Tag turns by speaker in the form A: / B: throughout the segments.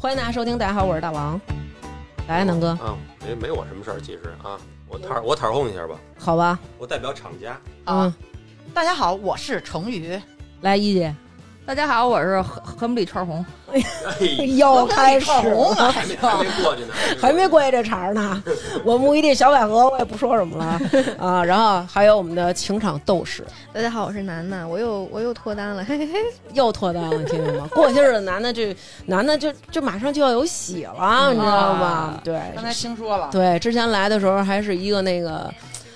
A: 欢迎大家收听，大家好，我是大王。来，哎南哥，
B: 啊，没没我什么事儿，其实啊，我摊我摊哄一下吧，
A: 好吧，
B: 我代表厂家，
A: 嗯，
C: 啊大家好，我是成宇。
A: 来，一姐，
D: 大家好，我是横横不里串红。
B: 哎，
A: 又
C: 开始了
B: 还没还没过去呢，
A: 还没过去这茬儿呢。我木一地小百合，我也不说什么 了啊。然后还有我们的情场斗士
D: 大家好，我是楠楠，我又我又脱单了，嘿嘿嘿。
A: 又脱单了，听见吗？ 过些日子男的这男的就就马上就要有喜了，你知道吗
C: 啊？
A: 对，
C: 刚才听说了，哦
A: 对，之前来的时候还是一个那个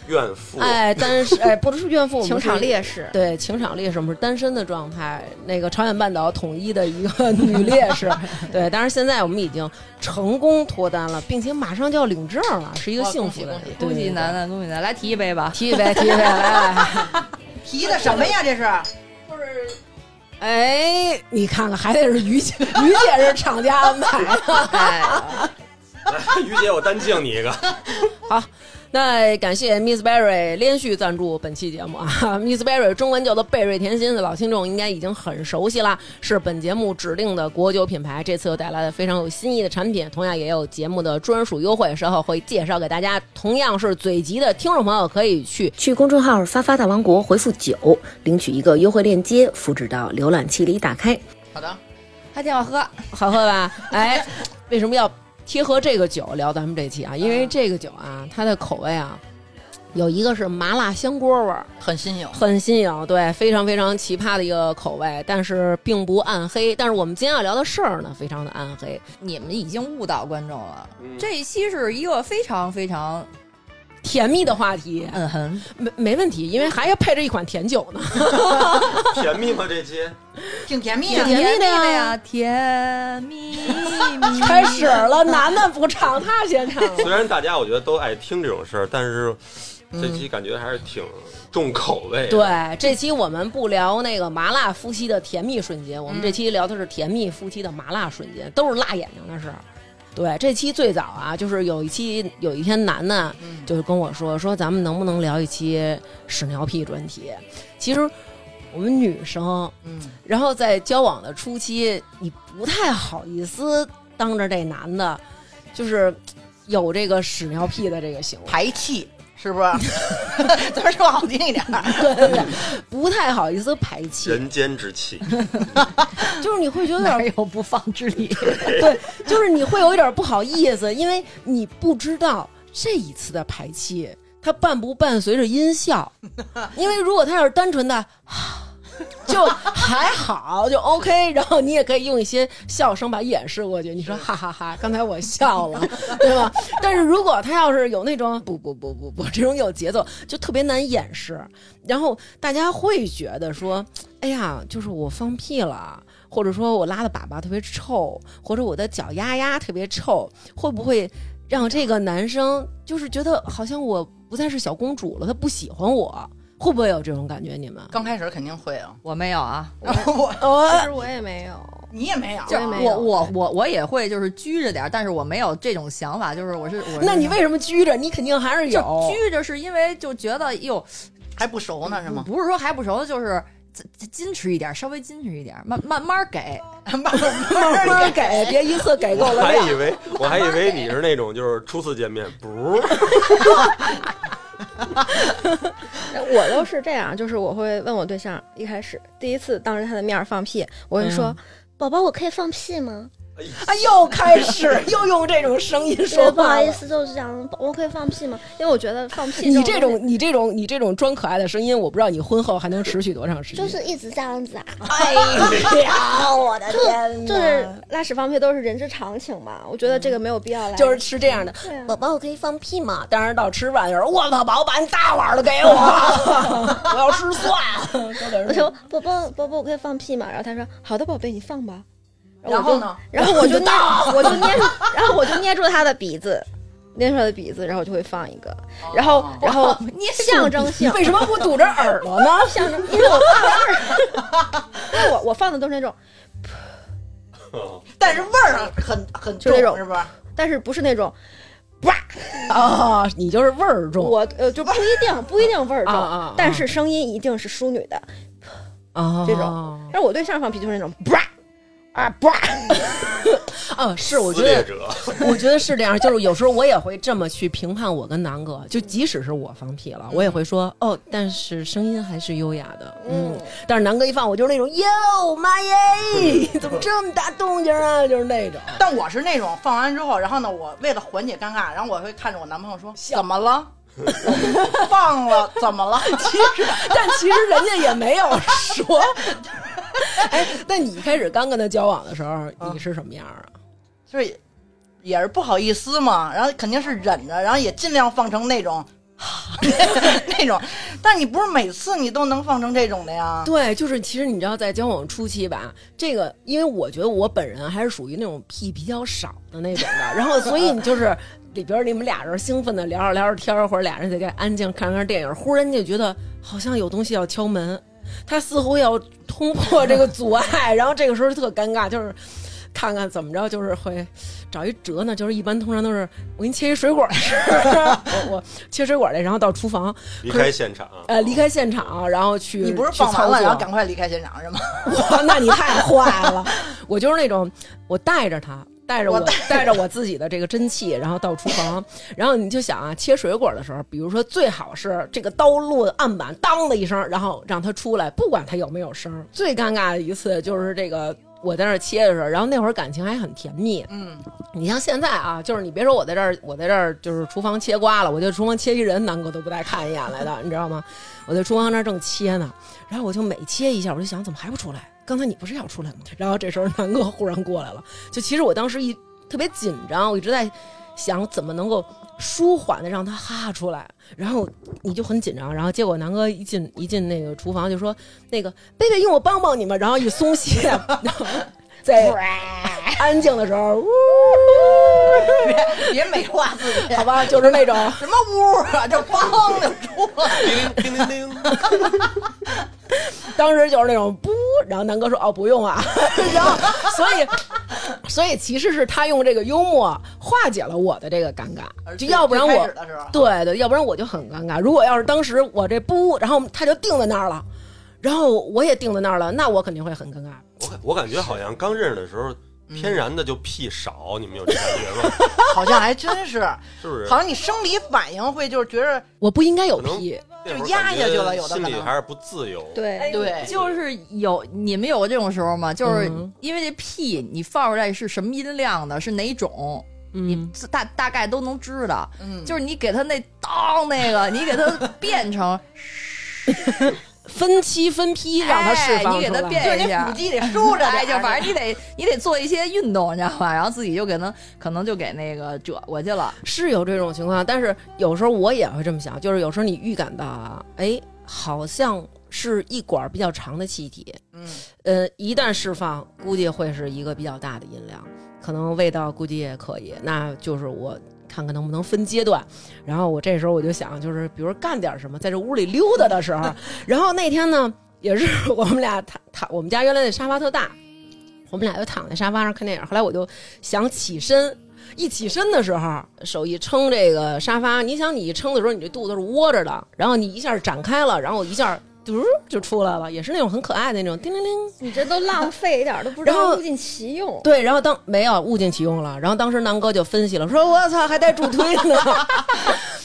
B: 怨妇，
A: 哎单身哎，不是怨妇，我们
D: 情场
A: 是
D: 烈士，
A: 对情场烈士，我们是单身的状态，那个朝鲜半岛统一的一个女烈士，对。但是现在我们已经成功脱单了，并且马上就要领证了，是一个
C: 哇
A: 幸
C: 恭喜
A: 福的
C: 恭
A: 人
C: 喜。
A: 对
D: 恭喜楠，楠，恭喜楠，来提一杯吧。
A: 对对提一杯，提一杯，来来。
C: 提的什么呀？这是
A: 哎，你看看，还得是于姐，于姐是厂家安排啊的。
D: 哎，
B: 来于姐，我单敬你一个，
A: 那感谢 Miss Berry 连续赞助本期节目啊 ，Miss Berry 中文叫做贝瑞甜心的老听众应该已经很熟悉啦，是本节目指定的国酒品牌，这次又带来了非常有新意的产品，同样也有节目的专属优惠，稍后会介绍给大家。同样是嘴急的听众朋友可以去
E: 去公众号“发发大王国”回复“九”，领取一个优惠链接，复制到浏览器里打开。
C: 好的，
D: 还挺好喝。
A: 好喝吧？ 哎，为什么要贴合这个酒聊咱们这期啊？因为这个酒啊，它的口味啊，有一个是麻辣香锅味儿，
C: 很新颖。
A: 很新颖，对，非常非常奇葩的一个口味，但是并不暗黑。但是我们今天要聊的事儿呢，非常的暗黑。
D: 你们已经误导观众了，
B: 嗯
D: 这一期是一个非常非常
A: 甜蜜的话题
D: 嗯哼，
A: 没没问题，因为还要配着一款甜酒呢。
B: 甜蜜吗？这期
C: 挺甜蜜
A: 挺
C: 啊，
A: 甜蜜的
D: 的
A: 呀
D: 呀，甜蜜蜜。
A: 开始了，楠楠不唱，他先唱了。
B: 虽然大家我觉得都爱听这种事儿，但是这期感觉还是挺重口味，，
A: 嗯对，这期我们不聊那个麻辣夫妻的甜蜜瞬间，我们这期聊的是甜蜜夫妻的麻辣瞬间，都是辣眼睛的事儿。对，这期最早啊，就是有一期有一天楠楠
C: 嗯
A: 就是跟我说说咱们能不能聊一期屎尿屁专题？其实我们女生，
C: 嗯，
A: 然后在交往的初期，你不太好意思当着这男的，就是有这个屎尿屁的这个行为。
C: 排气是不是？ 咱们说好听一点儿，
A: 对对对，不太好意思排气，
B: 人间之 气，
A: 就是你会觉得有点
D: 哪有不放之理？
A: 对，就是你会有一点不好意思，因为你不知道这一次的排气它伴不伴随着音效，因为如果它要是单纯的。就还好，就 OK。然后 你也可以用一些笑声把它掩饰过去。你说哈哈哈刚才我笑了，对吧？但是如果他要是有那种不不不不不这种有节奏，就特别难掩饰。然后大家会觉得说，哎呀，就是我放屁了，或者说我拉的粑粑特别臭，或者我的脚丫丫特别臭，会不会让这个男生就是觉得好像我不再是小公主了，他不喜欢我？会不会有这种感觉？你们？
C: 刚开始肯定会啊，
D: 我没有啊，
C: 我
A: 哦
F: 其实我也没有，
C: 你也没有啊，
F: 这没有
D: 我我我我也会就是拘着点儿，但是我没有这种想法，就是我是我是
A: 那你为什么拘着？你肯定还是
D: 就
A: 有。
D: 拘着是因为就觉得哟，
C: 还不熟呢是吗？
D: 不是说还不熟，就是矜持一点，稍微矜持一点，慢慢慢给。
C: 慢慢
A: 慢
C: 慢
A: 慢给，别一次给够
B: 我
A: 了
B: 还
A: 量。
B: 以为我还以为你是那种就是初次见面，不是，
F: 我都是这样，就是我会问我对象，一开始第一次当着他的面儿放屁，我会
A: 嗯
F: 说：“宝宝，我可以放屁吗
B: 哎
A: 啊，又开始又用这种声音？”
F: 对
A: 说
F: 不
A: 话
F: 好意
A: 了。
F: 思，就是这样，宝宝我可以放屁吗？因为我觉得放 屁
A: 你
F: 这
A: 这
F: 种
A: 种你这种你这种装可爱的声音，我不知道你婚后还能持续多长时间。
F: 东西就是一直这样子啊，
A: 哎呀，我的天
F: 就
A: 哪
F: 是拉屎放屁都是人之常情嘛，我觉得这个没有必要来，
A: 就是吃这样的。
F: 对啊
A: 宝宝，我可以放屁吗？当然到吃饭的时候，我操，宝宝把你大碗的给我， 我要吃蒜。都得
F: 我
A: 是
F: 说宝宝宝宝我可以放屁吗？然后他说好的宝贝你放吧。
C: 然后呢？
F: 然后我就捏，我就捏住，然后我就捏住他的鼻子，捏住他的鼻子，然后我就会放一个，然后然后
D: 捏住
F: 象征性，
A: 为什么不堵着耳朵呢？
F: 象征，因为我放因为我我放的都是那种，
C: 但是味儿很很重
F: 就这种
C: 是不是？
F: 但是不是那种，
A: 啊，你就是味儿重
F: 我呃就不一定不一定味儿重，
A: 啊啊啊
F: 但是声音一定是淑女的。
A: 啊哦
F: 这种但是我对象放屁就是那种，啪，
C: 啊，叭，
A: 啊，是，我觉
B: 撕裂
A: 得，
B: 者，
A: 我觉得是这样。就是有时候我也会这么去评判我跟南哥，就即使是我放屁了，我也会说哦，但是声音还是优雅的，嗯。但是南哥一放，我就是那种哟妈耶， 怎么这么大动静啊？就是那种。
C: 但我是那种放完之后，然后呢，我为了缓解尴尬，然后我会看着我男朋友说：“怎么了？ 放了怎么了？”其实
A: 但其实人家也没有说。 哎，那你开始刚跟他交往的时候，你是什么样啊？
C: 就是也也是不好意思嘛，然后肯定是忍着，然后也尽量放成那种 那种，但你不是每次你都能放成这种的呀？
A: 对，就是其实你知道，在交往初期吧，这个因为我觉得我本人啊还是属于那种屁比较少的那种的，然后所以你就是里边你们俩人兴奋的聊着聊着天儿，或者俩人在家安静看看电影，忽然就觉得好像有东西要敲门，他似乎要突破这个阻碍，然后这个时候特尴尬，就是。看看怎么着，就是会找一折呢，就是一般通常都是我给你切一水果吃， 我我切水果来，然后到厨房，
B: 离开现场，啊
A: 呃，离开 现场，然后去
C: 你不是
A: 去
C: 放完
A: 操
C: 了，
A: 作
C: 然后赶快离开现场是吗？
A: 哇，那你太坏了！我就是那种，我带着他，带着我，
C: 我带着
A: 带着我自己的这个真气，然后到厨房，然后你就想啊，切水果的时候，比如说最好是这个刀落案板，当的一声，然后让它出来，不管它有没有声儿。最尴尬的一次就是这个。我在那儿切的时候，然后那会儿感情还很甜蜜。
C: 嗯，
A: 你像现在啊，就是你别说我在这儿，我在这儿就是厨房切瓜了，我就厨房切一人，南哥都不带看一眼来的，你知道吗？我在厨房那儿正切呢，然后我就每切一下，我就想怎么还不出来？刚才你不是要出来吗？ 然后这时候南哥忽然过来了，就其实我当时一特别紧张，我一直在想怎么能够舒缓的让他哈出来，然后你就很紧张，然后结果南哥一进一进那个厨房就说那个贝贝用我帮帮你们，然后一松懈， 然后在安静的时候，呜，
C: 别别美化自 己，
A: 好吧，就是那种。
C: 什么屋啊，这梆就出来了。
B: 叮铃叮铃铃，
A: 当时就是那种不，然后南哥说哦不用啊， 然后所以所以其实是他用这个幽默化解了我的这个尴尬，
C: 而
A: 就
C: 且
A: 要不然
C: 最
A: 我
C: 开始的时候
A: 对对，要不然我就很尴尬。如果要是当时我这不，然后他就定在那儿了，然后我也定在那儿了，那我肯定会很尴尬。
B: 我感我感觉好像刚认识的时候，天然的就屁少，你们有这感觉吗？
C: 好像还真是，
B: 是不是？
C: 好像你生理反应会就是觉着
A: 我不应该有
B: 可能
A: 屁，
B: 那会儿
C: 就压下去了
B: 感觉
C: 有的可
B: 心
C: 能
B: 里还是不自由。，
F: 对，
C: 哎对
D: 就是有你们有过这种时候吗？就是
A: 嗯
D: 因为这屁你放出来是什么音量的，是哪种，你
A: 嗯，
D: 自大大概都能知道。
C: 嗯
D: 就是你给它那当那个，你给它变成，
A: 分期分批让他释放
D: 哎你给
A: 出
D: 它
A: 来。
D: 变
C: 就是
D: 一
C: 那
D: 下
C: 腹肌得舒着
D: 哎，
C: 点
D: 就
C: 儿，
D: 反正你得你得做一些运动，你知道吧？然后自己就给它可能就给那个折过去了。
A: 是有这种情况，但是有时候我也会这么想，就是有时候你预感到啊，哎，好像是一管儿比较长的气体，
C: 嗯，
A: 呃，一旦释放，估计会是一个比较大的音量，可能味道估计也可以，那就是我。看看能不能分阶段，然后我这时候我就想，就是比如干点什么，在这屋里溜达的时候，然后那天呢，也是我们俩躺躺，我们家原来那沙发特大，我们俩就躺在沙发上看电影。后来我就想起身，一起身的时候，手一撑这个沙发，你想你一撑的时候，你这肚子是窝着的，然后你一下展开了，然后我一下嘟儿就出来了，也是那种很可爱的那种叮铃铃。
F: 你这都浪费，一点儿都不知
A: 然后
F: 道物尽其用。
A: 对，然后当没有物尽其用了，然后当时南哥就分析了，说我 操，还带助推呢，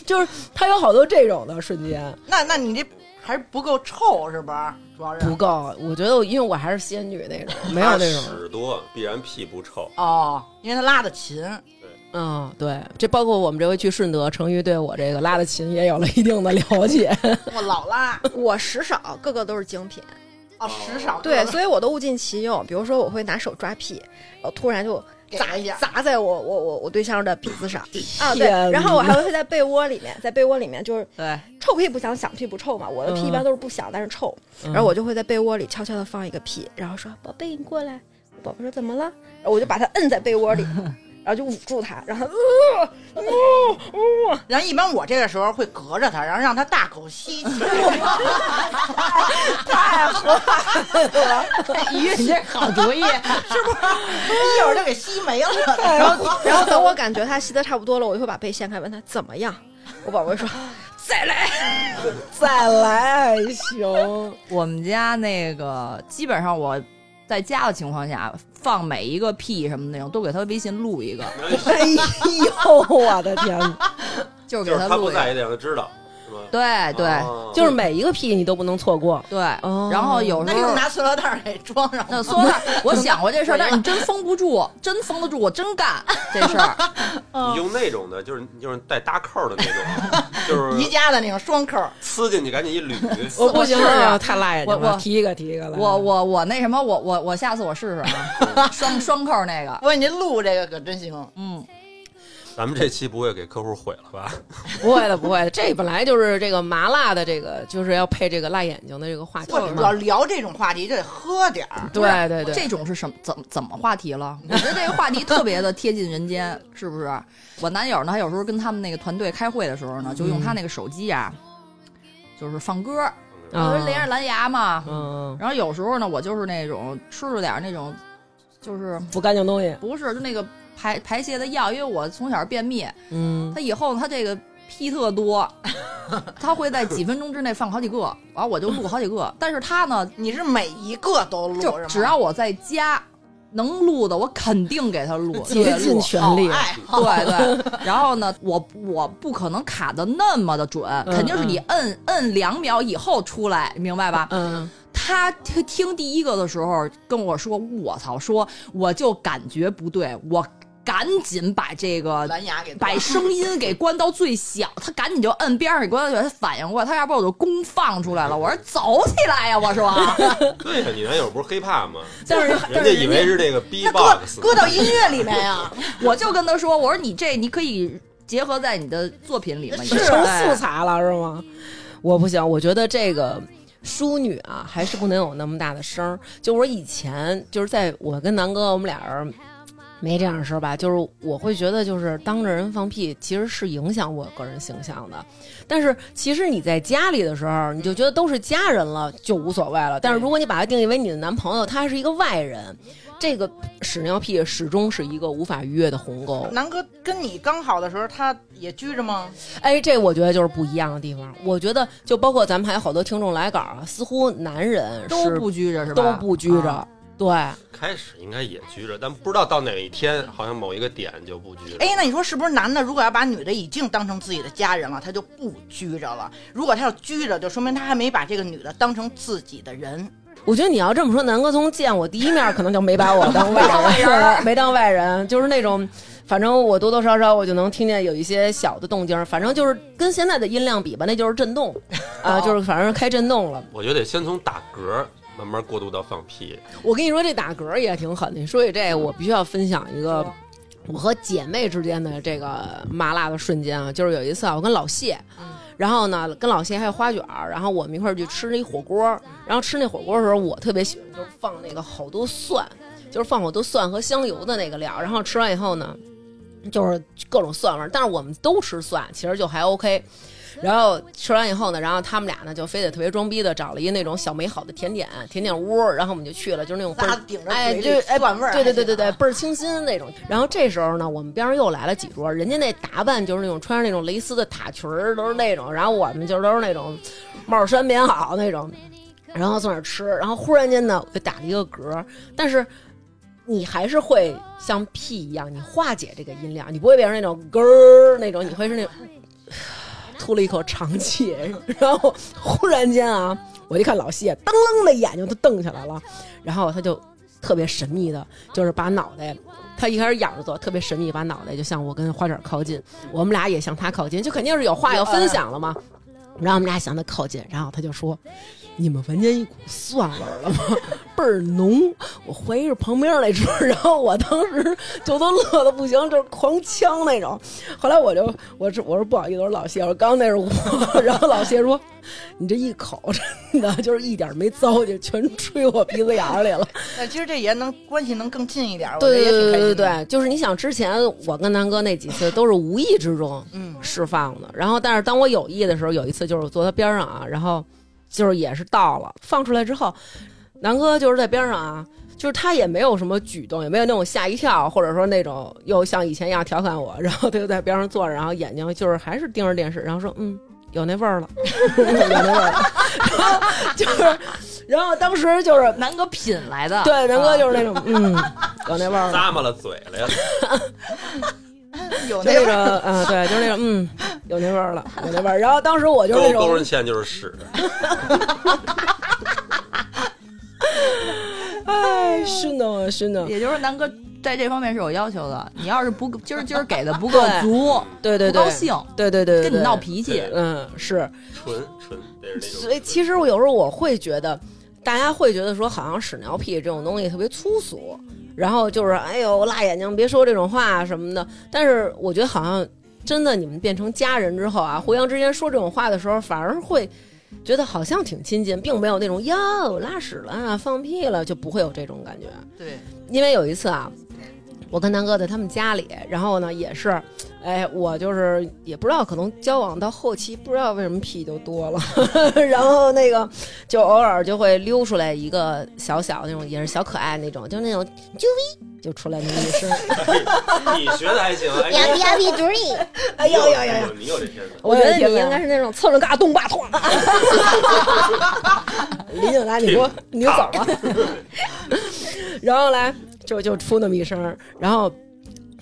A: 就是他有好多这种的瞬间
C: 那那你这还是不够臭是吧？主要是
A: 不够，我觉得因为我还是仙女 那种，没有
B: 他
A: 那种，
B: 屎多必然屁不臭，
C: 哦，因为他拉的勤，
A: 嗯，对，这包括我们这回去顺德，成昱对我这个拉的琴也有了一定的了 解，
C: 我老拉
F: 我食少，个个都是精品，
C: 哦，时少
F: 对，所以我都物尽其用。比如说，我会拿手抓屁，然后突然就
C: 给
F: 砸
C: 一下
F: 砸在我我我我对象的鼻子上啊，对
A: 天，
F: 然后我还会在被窝里面，在被窝里面就是
D: 对，
F: 臭屁不响，响屁不臭嘛。我的屁一般都是不响，但是臭。
A: 然
F: 然后我 就会在被窝里悄悄的放一个屁，然后说：“宝贝，你过来。”我宝宝说：“怎么了？”然后我就把他摁在被窝里，然后就呃捂住他，让他
C: 然后一般我这个时候会隔着他，然后让他大口吸气。 太坏了，
D: 鱼，你这好主 意。
C: 一会儿就给吸没 了。
D: 哎
F: 然后，然后等我感觉他吸的差不多了，我就会把被掀开，问他怎么样。我宝宝说：“再来。
A: 再来行，
D: 我们家那个基本上我在家的情况下放每一个屁什么那种，都给他微信录一个，
A: 哎呦，我的天哪！
D: 就是
B: 就
D: 给
B: 是他
D: 录
B: 不
D: 一
B: 在也
D: 个。
B: 得让他知道，是吧？
D: 对对
B: 啊
A: 就是每一个屁你都不能错过。
D: 对，
A: 哦
D: 然后有时
C: 那就
D: 候
C: 拿塑料袋儿给装上。
D: 那说到我想过这事儿，但是你真封不住，真封得住，我真干这事儿。
B: 你用那种的，就是就是带搭扣的那种，就
C: 宜
B: 是
C: 家的那种双扣儿，
B: 呲进去赶紧一捋。
A: 我不行
D: 是啊
A: 了，太辣眼睛
D: 我
A: 了，
D: 我
A: 提一个提一个来。
D: 我我我那什么，我我我下次我试试 啊，双双扣那个
C: 不，过你这录这个可真行。
D: 嗯，
B: 咱们这期不会给客户毁了吧？
A: 不会的，不会的，这本来就是这个麻辣的这个，就是要配这个辣眼睛的这个话题
D: 嗯
C: 我
A: 嘛
C: 老。聊这种话题就得喝点儿，
D: 不
A: 对
D: 是
A: 对对，
D: 这种是什么怎么怎么话题了？我觉得这个话题特别的贴近人间，是不是？我男友呢，他有时候跟他们那个团队开会的时候呢，就用他
A: 嗯
D: 那个手机啊，就是放歌，
A: 啊
D: 就是连着蓝牙嘛。
A: 嗯
D: 然后有时候呢，我就是那种吃了点儿那种，就是
A: 不干净东西，
D: 不是就那个排排泄的药，因为我从小便秘，
A: 嗯，
D: 他以后呢他这个屁特多， 他会在几分钟之内放好几个，完我就录好几 个。但是他呢，
C: 你是每一个都录
D: 就是
C: 吗？
D: 只要我在家能录的，我肯定给他录，
A: 竭
D: 对
A: 尽
D: 录哦
A: 全力
C: 好。爱好
D: 对对，然后呢，我我不可能卡的那么的准，
A: 嗯
D: 肯定是你摁摁两秒以后出来，明白吧？
A: 嗯，
D: 他听听第一个的时候跟我说：“我操！”说我就感觉不对，我赶紧把这个
C: 蓝牙给
D: 把声音给关到最小，他赶紧就摁边上给关到最小。他哎反应过来，他要不然我就公放出来了。我说走起来呀，我说
B: 对呀，你男友不是黑怕吗？
A: 但是
B: 人家以为是这个 B
C: 那搁
B: box，
C: 搁到音乐里面呀，
D: 我就跟他说，我说你这你可以结合在你的哎作品里面，
A: 是
D: 对
A: 成素材了是吗？我不行，我觉得这个淑女啊，还是不能有那么大的声儿。就我以前就是在我跟南哥我们俩人没这样的事儿吧，就是我会觉得就是当着人放屁，其实是影响我个人形象的。但是其实你在家里的时候，你就觉得都是家人了，就无所谓了。但是如果你把他定义为你的男朋友，他是一个外人，这个屎尿屁始终是一个无法逾越的鸿沟。
C: 南哥跟你刚好的时候，他也拘着吗？
A: 哎，这我觉得就是不一样的地方。我觉得就包括咱们还有好多听众来稿啊，似乎男人是
D: 都不拘着是吧？
A: 都不拘着，
D: 啊
A: 对，
B: 开始应该也拘着，但不知道到哪一天，好像某一个点就不拘着。
C: 哎，那你说是不是男的如果要把女的已经当成自己的家人了，他就不拘着了？如果他要拘着，就说明他还没把这个女的当成自己的人。
A: 我觉得你要这么说，南哥从见我第一面可能就没把 我当外人，没当外人，就是那种，反正我多多少少我就能听见有一些小的动静，反正就是跟现在的音量比吧，那就是震 动，啊，就是反正开震动了。
B: 我觉得得先从打嗝慢慢过渡到放屁。
A: 我跟你说，这打嗝也挺狠的。你说起这个，我必须要分享一个我和姐妹之间的这个麻辣的瞬间啊，就是有一次啊，我跟老谢，然后呢跟老谢还有花卷儿，然后我们一块儿去吃了一火锅，然后吃那火锅的时候，我特别喜欢就是放那个好多蒜，就是放好多蒜和香油的那个料，然后吃完以后呢，就是各种蒜味儿，但是我们都吃蒜，其实就还 OK。然后吃完以后呢，然后他们俩呢就非得特别装逼的找了一那种小美好的甜点甜点屋，然后我们就去了，就是那种倍儿
C: 仨顶着
A: 哎
C: 嘴
A: 对
C: 里
A: 哎
C: 蒜味儿，啊
A: 对对对对对，，倍儿清新那种。然后这时候呢，我们边上又来了几桌，人家那打扮就是那种穿着那种蕾丝的塔裙儿，都是那种，然后我们就都是那种帽衫棉袄那种，然后坐那儿吃，然后忽然间呢，我就打了一个嗝，但是。你还是会像屁一样，你化解这个音量，你不会变成那种咯儿那种，你会是那种吐了一口长气，然后忽然间啊，我一看老谢，噔楞的眼睛都瞪起来了，然后他就特别神秘的，就是把脑袋，他一开始仰着坐，特别神秘，把脑袋就向我跟花卷靠近，我们俩也向他靠近，就肯定是有话要分享了嘛。然后我们俩向他靠近，然后他就说：“你们闻见一股蒜味儿了吗？倍儿浓，我怀疑是旁边那桌。” 然后我当时就都乐的不行，就是狂呛那种。后来我就我说我说不好意思，我说老谢，我说 刚刚那是我。然后老谢说：“你这一口真的就是一点儿没糟践，全吹我鼻子眼儿里了。”
C: 但其实这也能关系能更近一点，我觉得
A: 对
C: 也
A: 对
C: 挺
A: 对
C: 开
A: 对
C: 心
A: 对，
C: 的。
A: 就是你想之前我跟南哥那几次都是无意之中
C: 嗯
A: 释放的，然后但是当我有意的时候，有一次就是我坐他边上啊，然后就是也是到了放出来之后，南哥就是在边上啊。就是他也没有什么举动，也没有那种吓一跳，或者说那种又像以前一样调侃我，然后他就在边上坐着，然后眼睛就是还是盯 着电视，然后说嗯，有那味儿了，有那味儿了，然后就是然后当时就是
D: 南哥品来 的，
A: 对南哥
D: 啊
A: 就是那种嗯，有那味 儿了。
B: 咂摸了嘴了呀，
A: 就
C: 有那
A: 那
C: 个
A: 个，嗯，对，就是那种，嗯，有那味儿了，有那味儿。然后当时我就是
B: 勾
A: 那
B: 勾
A: 种
B: 人，线就是屎，
A: 哎，熏的我，熏的我，
D: 啊也就是南哥在这方面是有要求的。你要是不今儿今儿给的不够足，
A: 对对
D: 不
A: 对，
D: 高兴，
A: 对对对，对
D: 跟你闹，脾气
B: 对，
A: 嗯，是。
B: 纯纯得是那种。
A: 所以其实我有时候我会觉得，大家会觉得说，好像屎尿屁这种东西特别粗俗，然后就是哎呦辣眼睛，别说这种话什么的。但是我觉得好像真的你们变成家人之后啊，互相之间说这种话的时候，反而会。觉得好像挺亲近，并没有那种哟拉屎了、啊放屁了，就不会有这种感觉。
C: 对，
A: 因为有一次啊，我跟南哥在他们家里，然后呢也是，哎，我就是也不知道，可能交往到后期，不知道为什么屁就多了， 然后那个就偶尔就会溜出来一个小小那种，也是小可爱那种，就那种啾咪就出来那么一 声，
B: 你学的还行，哎，
F: 呀呀比主 意。
B: 哎呦呦呦，你有这天分，
F: 我觉得你
A: 天哪
F: 应该是那种蹭着嘎咚吧咚，
A: 李警察，你给我你给我走吧。 然后来就就出那么一声儿，然后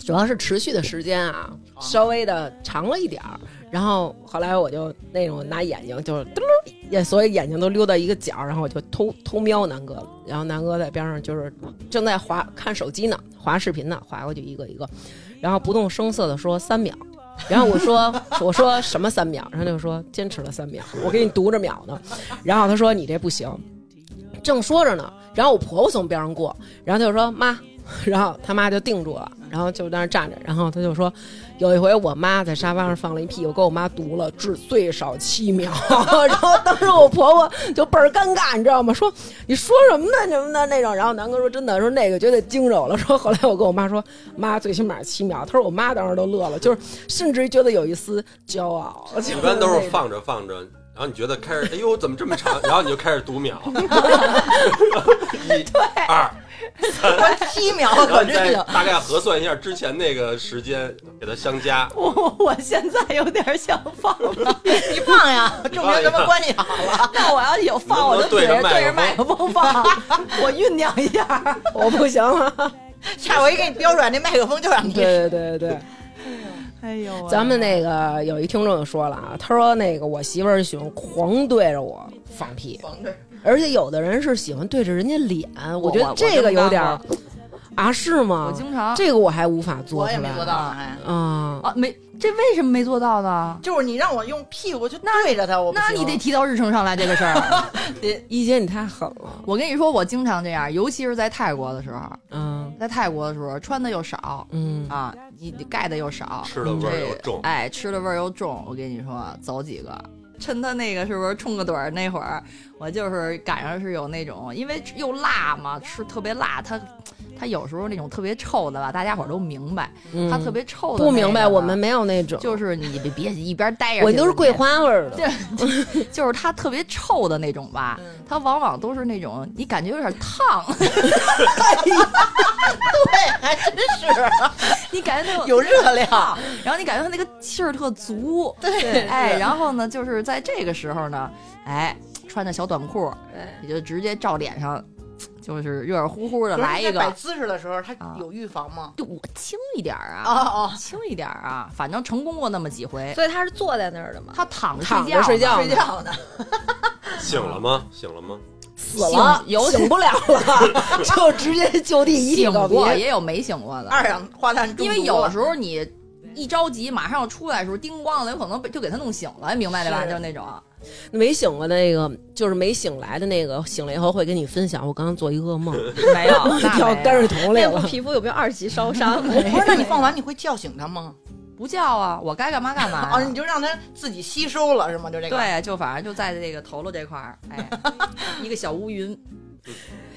A: 主要是持续的时间啊，稍微的长了一点儿。然后后来我就那种拿眼睛就是嘟噜，也所以眼睛都溜到一个角儿，然后我就偷偷瞄南哥了。然后南哥在边上就是正在滑看手机呢，滑视频呢，滑过去一个一个，然后不动声色的说三秒。然后我说 我说什么三秒，然后他就说坚持了三秒，我给你读着秒呢。然后他说你这不行，正说着呢，然后我婆婆从边上过，然后他就说妈， 然后他妈就定住了，然后就在那儿站着，然后他就说，有一回我妈在沙发上放了一屁，我给我妈读了至最少七秒， 然后当时我婆婆就倍儿尴尬，你知道吗？说你说什么呢什么的那种，然后南哥说真的，说那个绝对惊着我了，说后来我跟我妈说，妈最起码七秒，他说我妈当时都乐了，就是甚至于觉得有一丝骄傲，
B: 一般都是放着放着。然后你觉得开 始，哎呦，怎么这么长？然后你就开始读秒，一、二，
C: 七秒
B: 然后
C: 可
B: 你
C: 真
B: 再
C: 行。
B: 大概核算一下之前那个时间，给它相加。
D: 我 我现在有点想放了，
C: 你胖呀， 证明咱们关系好了。
D: 那我要有放，我就
B: 对着
D: 对着
B: 麦
D: 麦克风放， 我酝酿一下。
A: 我不行 了，
C: 下回给你标出来，那麦克风就让你。
A: 对对对对。
D: 哎呦
A: 咱们那个有一听众就说了啊，他说那个我媳妇儿喜欢狂对着我放屁，
C: 甭着
A: 而且有的人是喜欢对着人家脸，
D: 我
A: 觉得这个有点儿
D: 我
A: 啊，是吗？
D: 我经常
A: 这个我还无法做
C: 我
A: 出
C: 也
A: 来，
C: 没做到呢，还
A: 啊。
D: 啊，没这为什么没做到呢？
C: 哎就是你让我用屁股去对着他，我不
D: 那
C: 行啊
D: 你得提到日程上来这个事儿。啊
A: 一姐，你太狠了，
D: 我跟你说，我经常这样，尤其是在泰国的时候，
A: 嗯
D: 在泰国的时候穿的又少
A: 嗯，
D: 啊，你你盖的又少，
B: 吃的味儿又重
D: 这哎，吃的味儿又重。我跟你说，走几个，趁他那个是不是冲个盹儿那会儿，我就是赶上是有那种，因为又辣嘛，吃特别辣，他他有时候那种特别臭的吧，大家伙儿都明白，
A: 嗯
D: 他特别臭的
A: 不明白，
D: 那个吧
A: 我们没有那种，
D: 就是你别别一边待着去，
A: 我都是桂花味儿的，
D: 就是它特别臭的那种吧，它往往都是那种你感觉有点烫，
C: 对，还真是
D: 你感觉那种
C: 有热量
D: 烫，然后你感觉它那个气儿特足，
C: 对
D: 哎，然后呢，就是在这个时候呢，哎，穿着小短裤，你就直接照脸上，就是热热乎乎的
C: 可是
D: 来一
C: 在摆
D: 个，
C: 姿势的时候，他
D: 啊
C: 有预防吗？
D: 就我轻一点儿
C: 哦
D: 啊，
C: 哦，
D: 轻一点儿啊，反正成功过那么几回。
F: 所以他是坐在那儿的嘛。
D: 他躺着
A: 躺
D: 睡
A: 着
D: 觉，
A: 睡觉
C: 睡
A: 呢，
C: 觉呢，
B: 醒了吗？醒了吗？
A: 死了，
D: 醒有
A: 醒不 了了，就直接就地一地
D: 醒
A: 告
D: 过
A: 别。
D: 也有没醒过的，
C: 哦二氧化碳中毒
D: 因为有时候你一着急，马上要出来的时候，叮咣的，有可能被就给他弄醒了，明白对吧？
C: 是
D: 就是那种，
A: 没醒过的那个，就是没醒来的那个，醒了以后会跟你分享，我刚刚做一噩 梦，
D: 没有，那
A: 掉
D: 没有
A: 泔水桶里
F: 面部
D: 哎
A: 了。
F: 皮肤有没有二级烧 伤？
C: 不是，那你放完你会叫醒他吗？
D: 不叫啊，我该干嘛干嘛
C: 哦，
D: 呀
C: 你。就让他自己吸收了是吗？就这个。，
D: 对，就反正就在这个头颅这块儿，哎，一个小乌云，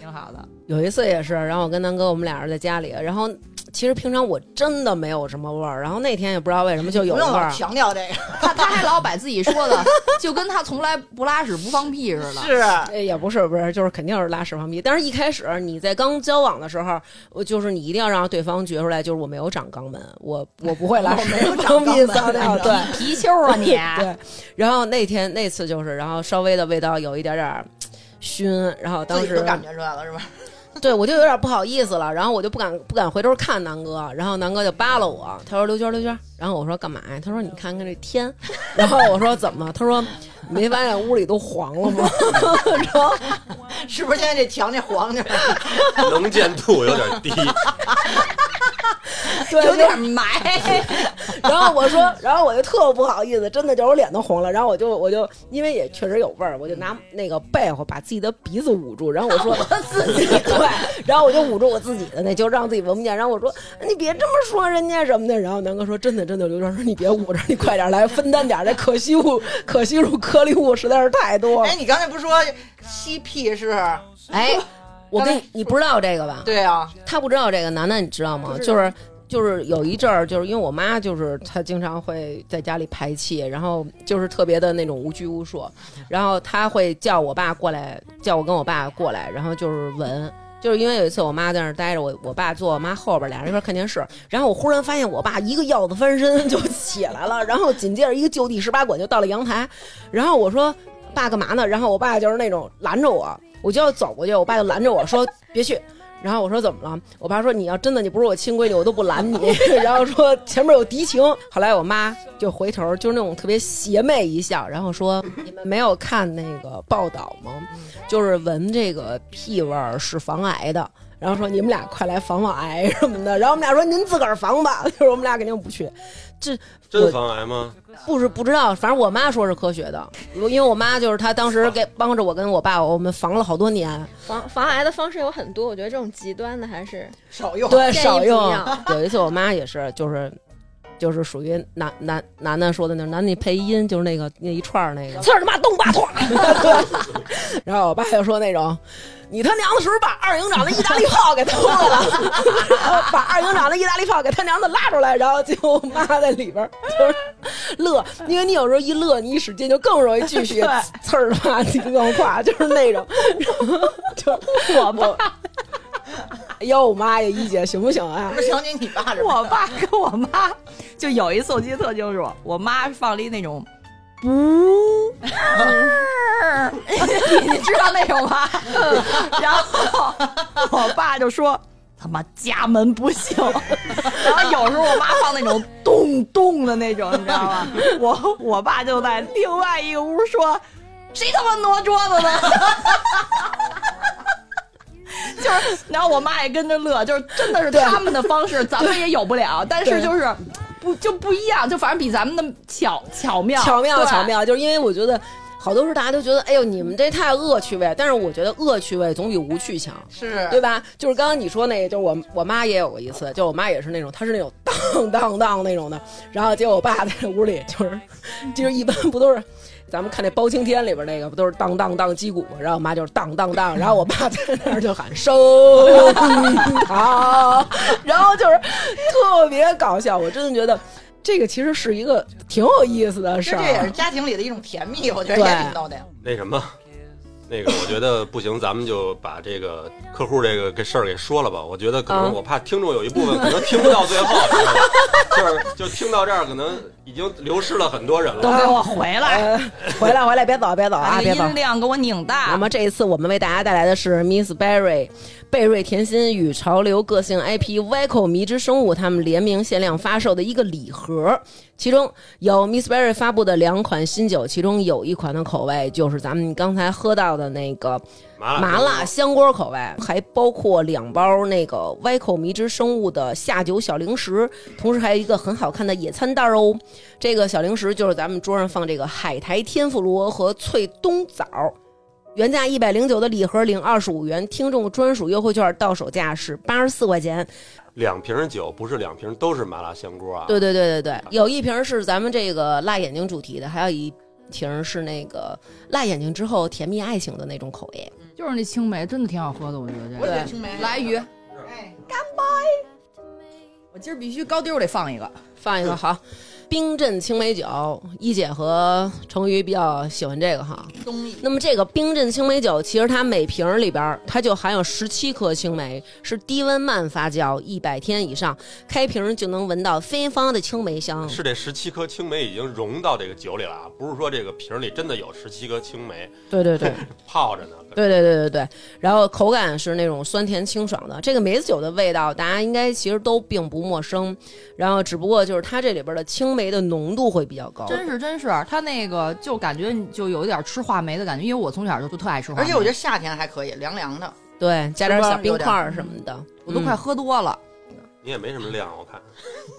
D: 挺好的。
A: 有一次也是，然后我跟南哥我们俩人在家里，然后其实平常我真的没有什么味儿，然后那天也不知道为什么就有
C: 不
A: 味
C: 用老
A: 儿。
C: 强调这个，
D: 他他还老把自己说的， 就跟他从来不拉屎不放屁似的。
C: 是啊
A: 哎也不是不是，就是肯定是拉屎放屁。但是一开始你在刚交往的时候，我就是你一定要让对方觉出来，就是我没有长肛门，我我不会拉屎，没有长屁撒尿，对，
D: 皮丘啊你！
A: 对，然后那天那次就是，然后稍微的味道有一点点儿熏，然后当
C: 自己
A: 时
C: 都感觉出来了是吧？
A: 对我就有点不好意思了，然后我就不敢不敢回头看南哥，然后南哥就扒拉我，他说刘娟刘娟，然后我说干嘛呀？他说你看看这天，然后我说怎么了？他说你没发现屋里都黄了吗？然后
C: 是不是现在这墙这黄着，
B: 能见度有点低，
A: 对，
D: 有
A: 就
D: 点埋，
A: 然后我说，然后我就特不好意思，真的就是我脸都红了。然后我就我就因为也确实有味儿，我就拿那个被子把自己的鼻子捂住，然后我说自己 对，然后我就捂住我自己的那，就让自己闻不见。然后我说你别这么说人家什么的。然后南哥说真的真的，刘娟说你别捂着，你快点来分担点儿，这可吸物可吸入颗粒物实在是太多了
C: 哎，。你刚才不是说吸屁是？
A: 哎，我跟你你不知道这个吧？
C: 对啊，
A: 他不知道这个，楠楠你知道吗？就是就是有一阵儿，就是因为我妈就是她经常会在家里排气，然后就是特别的那种无拘无束，然后她会叫我爸过来，叫我跟我爸过来，然后就是闻。就是因为有一次我妈在那儿待着，我我爸坐我妈后边儿，俩人一块儿看电视，然后我忽然发现我爸一个鹞子翻身就起来了，然后紧接着一个就地十八滚就到了阳台，然后我说爸干嘛呢？然后我爸就是那种拦着我，我就要走过去，我爸就拦着我说别去，然后我说怎么了？我爸说你要真的你不是我亲闺女，我都不拦你。 然后说前面有敌情。后来我妈就回头，就是那种特别邪魅一笑，然后说你们没有看那个报道吗？就是闻这个屁味儿是防癌的。然后说你们俩快来防防癌什么的。然后我们俩说您自个儿防吧，就是我们俩肯定不去。
B: 真防癌吗？
A: 不是不知道，反正我妈说是科学的，因为我妈就是她当时给帮着我跟我爸，我们防了好多年。
F: 防防癌的方式有很多，我觉得这种极端的还是
C: 少用。
A: 对，
F: 建议
A: 少
F: 不
A: 用
F: 要。
A: 有一次我妈也是，就是就是属于楠楠楠楠说的那种楠那配音，就是那个那一串儿那个刺儿他妈东八团。对， 然后我爸就说那种。你他娘的是不是把二营长的意大利炮给偷了？然后把二营长的意大利炮给他娘的拉出来，然后就我妈在里边儿就是乐，因为你有时候一乐，你一使劲就更容易继续刺儿他妈金刚胯，就是那种， 就我我哟妈呀，一姐行不行啊？
C: 不想起你爸这，
D: 我爸跟我妈就有一次我记得特清楚，我妈放了一那种。不，啊 你你知道那种吗？ 然后我爸就说：“他妈家门不幸。”然后有时候我妈放那种咚咚的那种，你知道吗？我我爸就在另外一个屋说：“谁他妈挪桌子呢？” 就是，然后我妈也跟着乐，就是真的是他们的方式，咱们也有不了，但是就是不就不一样，就反正比咱们的巧巧妙
A: 巧妙
D: 对
A: 巧妙，就是因为我觉得好多时候大家都觉得，哎呦，你们这太恶趣味，但是我觉得恶趣味总比无趣强。
C: 是
A: 对吧？就是刚刚你说那个，就是我我妈也有过一次，就我妈也是那种，她是那种 当当当那种的，然后结果我爸在屋里就是，就是一般不都是。咱们看那《包青天》里边那个不都是当当当击鼓吗？然后我妈就是当当当，然后我爸在那儿就喊收 好，然后就是特别搞笑。我真的觉得这个其实是一个挺有意思的
C: 其
A: 事
C: 实
A: 儿，啊
C: 这也是家庭里的一种甜蜜，我觉得也挺逗的。
B: 那什么，那个我觉得不行，咱们就把这个客户这个给事儿给说了吧。我觉得可
A: 啊
B: 能我怕听众有一部分可能听不到最后，你知道吗就是就听到这儿，可能已经流失了很多人
D: 都
B: 了。
D: 给我回来，
A: 呃，回来回来，别走别走啊，
D: 把
A: 别嗯
D: 那
A: 走
D: 个。音量给我拧
A: 那
D: 大。
A: 么这一次我们为大家带来的是 Miss Berry 贝瑞甜心与潮流个性 IP Vico 迷之生物他们联名限量发售的一个礼盒，其中有 Miss Berry 发布的两款新酒，其中有一款的口味就是咱们刚才喝到的那个
B: 麻辣
A: 麻辣香锅口味，还包括两包那个 Vico 迷之生物的下酒小零食，同时还有一个很好看的野餐袋哦。这个小零食就是咱们桌上放这个海苔天妇罗和脆冬枣。原价一百零九的礼盒领二十五元，听众专属优惠券到手价是八十四块钱。
B: 两瓶酒不是两瓶都是麻辣香锅啊。
A: 对对对对对，有一瓶是咱们这个辣眼睛主题的，还有一瓶是那个辣眼睛之后甜蜜爱情的那种口味。
D: 就是那青梅真的挺好喝的，我觉得这
C: 我
D: 个。
C: 觉得青梅
D: 来鱼，
C: 哎，
D: 我今儿必须高丢里放一个。
A: 放一个好。冰镇青梅酒，一姐和成瑜比较喜欢这个哈。
C: 综艺
A: 那么这个冰镇青梅酒，其实它每瓶儿里边儿它就含有十七颗青梅，是低温慢发酵一百天以上，开瓶儿就能闻到芬芳的青梅香。
B: 是这十七颗青梅已经融到这个酒里了啊，不是说这个瓶里真的有十七颗青梅
A: 对对对。
B: 泡着呢。
A: 对对对对对，然后口感是那种酸甜清爽的。这个梅子酒的味道，大家应该其实都并不陌生，然后只不过就是它这里边的青梅的浓度会比较高。
D: 真是真是，它那个就感觉你就有一点吃话梅的感觉，因为我从小就特爱吃话梅，
C: 而且我觉得夏天还可以，凉凉的。
A: 对，加点
C: 是吧
A: 小冰
C: 有点
A: 块儿什么
B: 嗯
A: 的，
D: 我都快喝多了。
B: 你也没什么量，我看。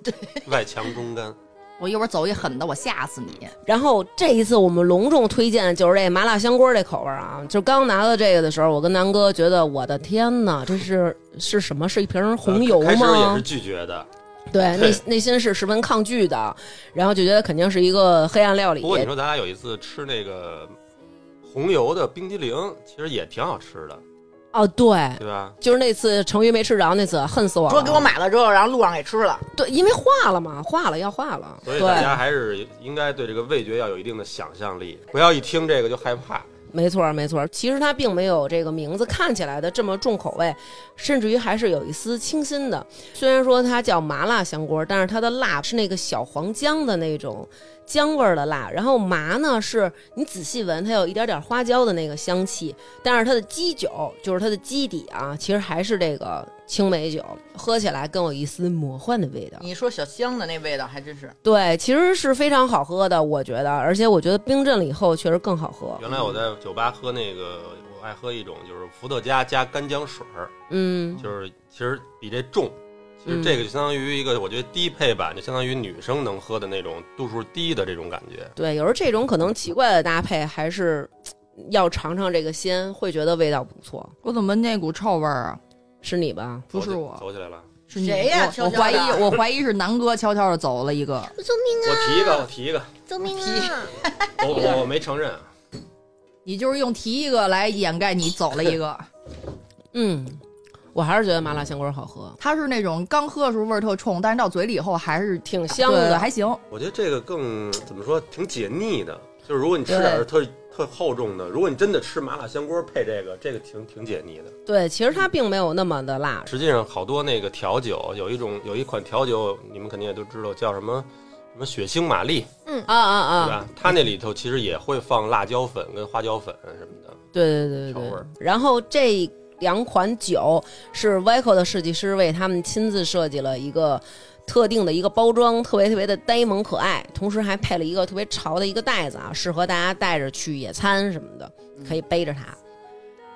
B: 对，外强中干。
D: 我一会儿走一狠的，我吓死你！
A: 然后这一次我们隆重推荐的就是这麻辣香锅这口味儿啊，就刚拿到这个的时候，我跟南哥觉得我的天呐，这是是什么？是一瓶红油
B: 开始也是
A: 吗？
B: 拒绝的，
A: 对，内内心是十分抗拒的，然后就觉得肯定是一个黑暗料理
B: 不。过你说咱俩有一次吃那个红油的冰激凌，其实也挺好吃的，
A: 哦，对，
B: 对吧？
A: 就是那次成瑜没吃着那次，恨死我了。
C: 说给我买了之后，然后路上给吃了。
A: 对，因为化了嘛，化了要化了。
B: 所以大
A: 对，
B: 家还是应该对这个味觉要有一定的想象力，不要一听这个就害怕。
A: 没错儿没错儿。其实它并没有这个名字看起来的这么重口味，甚至于还是有一丝清新的。虽然说它叫麻辣香锅，但是它的辣是那个小黄姜的那种姜味儿的辣，然后麻呢是你仔细闻，它有一点点花椒的那个香气，但是它的基酒就是它的基底啊，其实还是这个青梅酒，喝起来更有一丝魔幻的味道。
C: 你说小香的那味道还真是，
A: 对，其实是非常好喝的，我觉得，而且我觉得冰镇了以后确实更好喝。
B: 原来我在酒吧喝那个，我爱喝一种就是伏特加加干姜水儿，
A: 嗯，
B: 就是其实比这重。其实
A: 嗯
B: 这个就相当于一个，我觉得低配版，就相当于女生能喝的那种度数低的这种感觉。
A: 对，有时候这种可能奇怪的搭配，还是嘖要尝尝这个鲜，会觉得味道不错。
D: 我怎么闻那股臭味儿啊？
A: 是你吧？
D: 不是
B: 走起
D: 我，
B: 走起来了。
D: 是你
C: 谁呀
D: 我
C: 悄悄
D: 我
C: 的
D: 怀疑，我怀疑是南哥悄悄的走了一个。
F: 救命
B: 我
F: 啊！
B: 提一个，我提一个，
F: 救命啊！
B: 我我我没承认啊。
D: 你就是用提一个来掩盖你走了一个。
A: 嗯，我还是觉得麻辣香锅好喝，
D: 它是那种刚喝的时候味儿特冲，但是到嘴里以后还是
A: 挺香
D: 对
A: 的。
D: 还行。
B: 我觉得这个更怎么说，挺解腻的。就是如果你吃点儿特特厚重的，如果你真的吃麻辣香锅配这个，这个挺挺解腻的。
A: 对，其实它并没有那么的辣。
B: 实际上，好多那个调酒有一种有一款调酒，你们肯定也都知道，叫什么什么血腥玛丽，
A: 啊啊
B: 对
A: 啊！
B: 吧？它那里头其实也会放辣椒粉跟花椒粉什么的。
A: 对对对
B: 调
A: 对
B: 味
A: 对
B: 儿。
A: 然后这两款酒是 Vico 的设计师为他们亲自设计了一个特定的一个包装，特别特别的呆萌可爱，同时还配了一个特别潮的一个袋子啊，适合大家带着去野餐什么的，
B: 嗯
A: 可以背着它。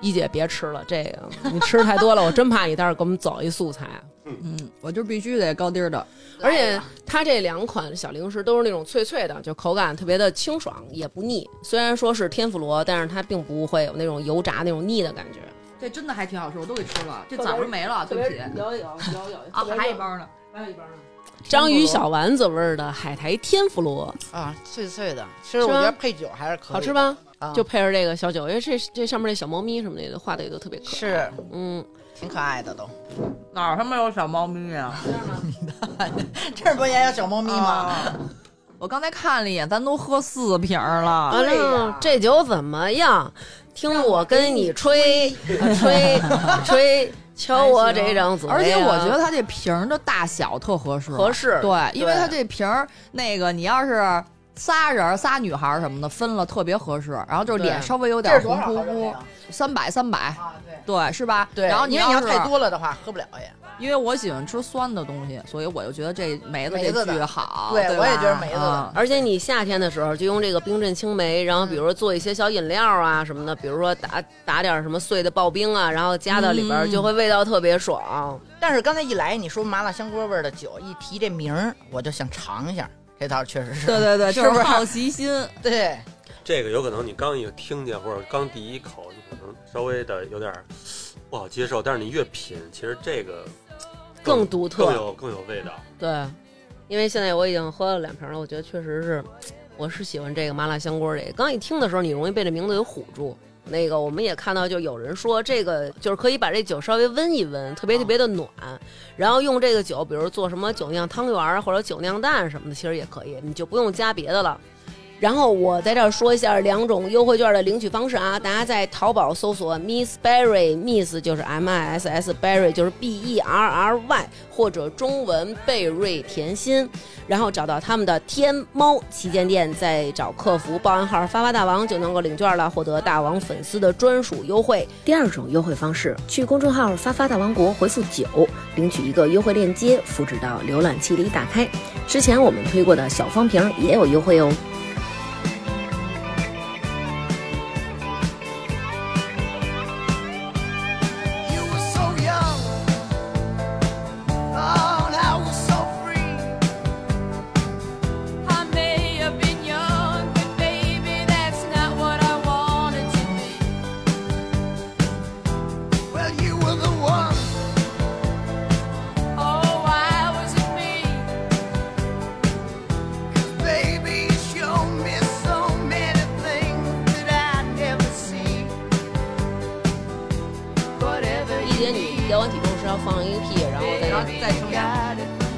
A: 一姐别吃了，这个你吃太多了，我真怕你待会儿给我们走一素啊材。
D: 嗯，我就必须得高低儿的。
A: 而
C: 哎
A: 且它这两款小零食都是那种脆脆的，就口感特别的清爽，也不腻。虽然说是天妇罗，但是它并不会有那种油炸那种腻的感觉。
D: 这真的还挺好吃，我都给吃了。这
A: 特别
D: 枣儿没了，对不起。
A: 摇一摇，摇一摇
D: 啊，还一包呢。
A: 章鱼小丸子味儿的海苔天妇罗，
C: 啊，脆脆的。其实我觉得配酒还是可以，
A: 好吃？吧？
C: 啊，
A: 就配着这个小酒，因为这这上面那小猫咪什么的都画的也都特别可爱。，
C: 是
A: 嗯，
C: 挺可爱的都。
D: 哪儿他妈有小猫咪啊？
C: 这儿不也有小猫咪吗？
D: 我刚才看了一眼，咱都喝四瓶儿了。
A: 完了啊这酒怎么样？听我跟你吹 吹吹，瞧我这张嘴啊，
D: 而且我觉得它这瓶儿的大小特合适，
A: 合适
D: 对，因为
A: 对
D: 它这瓶儿那个，你要是仨人儿、仨女孩儿什么的分了，特别合适。然后就是脸
A: 对
D: 稍微有
C: 这
D: 点
C: 是多
D: 红
C: 少
D: 扑
C: 毫升
D: 扑
C: 的，呀？
D: 三百三百，
C: 啊，对
D: 对，是吧？
C: 对。
D: 然后
C: 因为
D: 要
C: 你要啊
D: 是
C: 太，多了的话，喝不了也。
D: 因为我喜欢吃酸的东西，所以我就觉得这梅子
C: 梅子
D: 这
C: 的
D: 剧好。
C: 对
D: 对吧，
C: 我也觉得梅子的
D: 嗯
A: 而且你夏天的时候就用这个冰镇青梅，然后比如说做一些小饮料啊什么的，比如说打打点什么碎的刨冰啊，然后加到里边儿
D: 嗯
A: 就会味道特别爽。
C: 但是刚才一来你说麻辣香锅味儿的酒，一提这名儿我就想尝一下，这倒是确实是。
D: 对对对，就是
C: 不
D: 是
C: 是
D: 好奇心。
C: 对，
B: 这个有可能你刚一听见或者刚第一口，你可能稍微的有点儿不好接受，但是你越品，其实这个
A: 更独特
B: 更有更有味道。
A: 对，因为现在我已经喝了两瓶了，我觉得确实是，我是喜欢这个麻辣香锅这个。刚一听的时候，你容易被这名字给唬住，
G: 那个我们也看到，就有人说这个就是可以把这酒稍微温一温，特别特别的暖，然后用这个酒，比如做什么酒酿汤圆儿或者酒酿蛋什么的，其实也可以，你就不用加别的了。然后我在这儿说一下两种优惠券的领取方式啊，大家在淘宝搜索 Miss Berry Miss 就是 M I S S Berry 就是 B E R R Y 或者中文贝瑞甜心，然后找到他们的天猫旗舰店，再找客服报暗号“发发大王”就能够领券了，获得大王粉丝的专属优惠。
E: 第二种优惠方式，去公众号“发发大王国”回复“九”，领取一个优惠链接，复制到浏览器里打开。之前我们推过的小方瓶也有优惠哦。
H: You were so young, oh, and I was so free. I may have been young, but baby, that's not what I wanted to be. Well, you were the one, oh, I was it me. 'Cause baby, you showed me so many things that I'd never see. Whatever
G: 一姐，
H: you
G: 你
H: need.
G: 量完体重是要放一个屁，然后再
H: 然后再重压。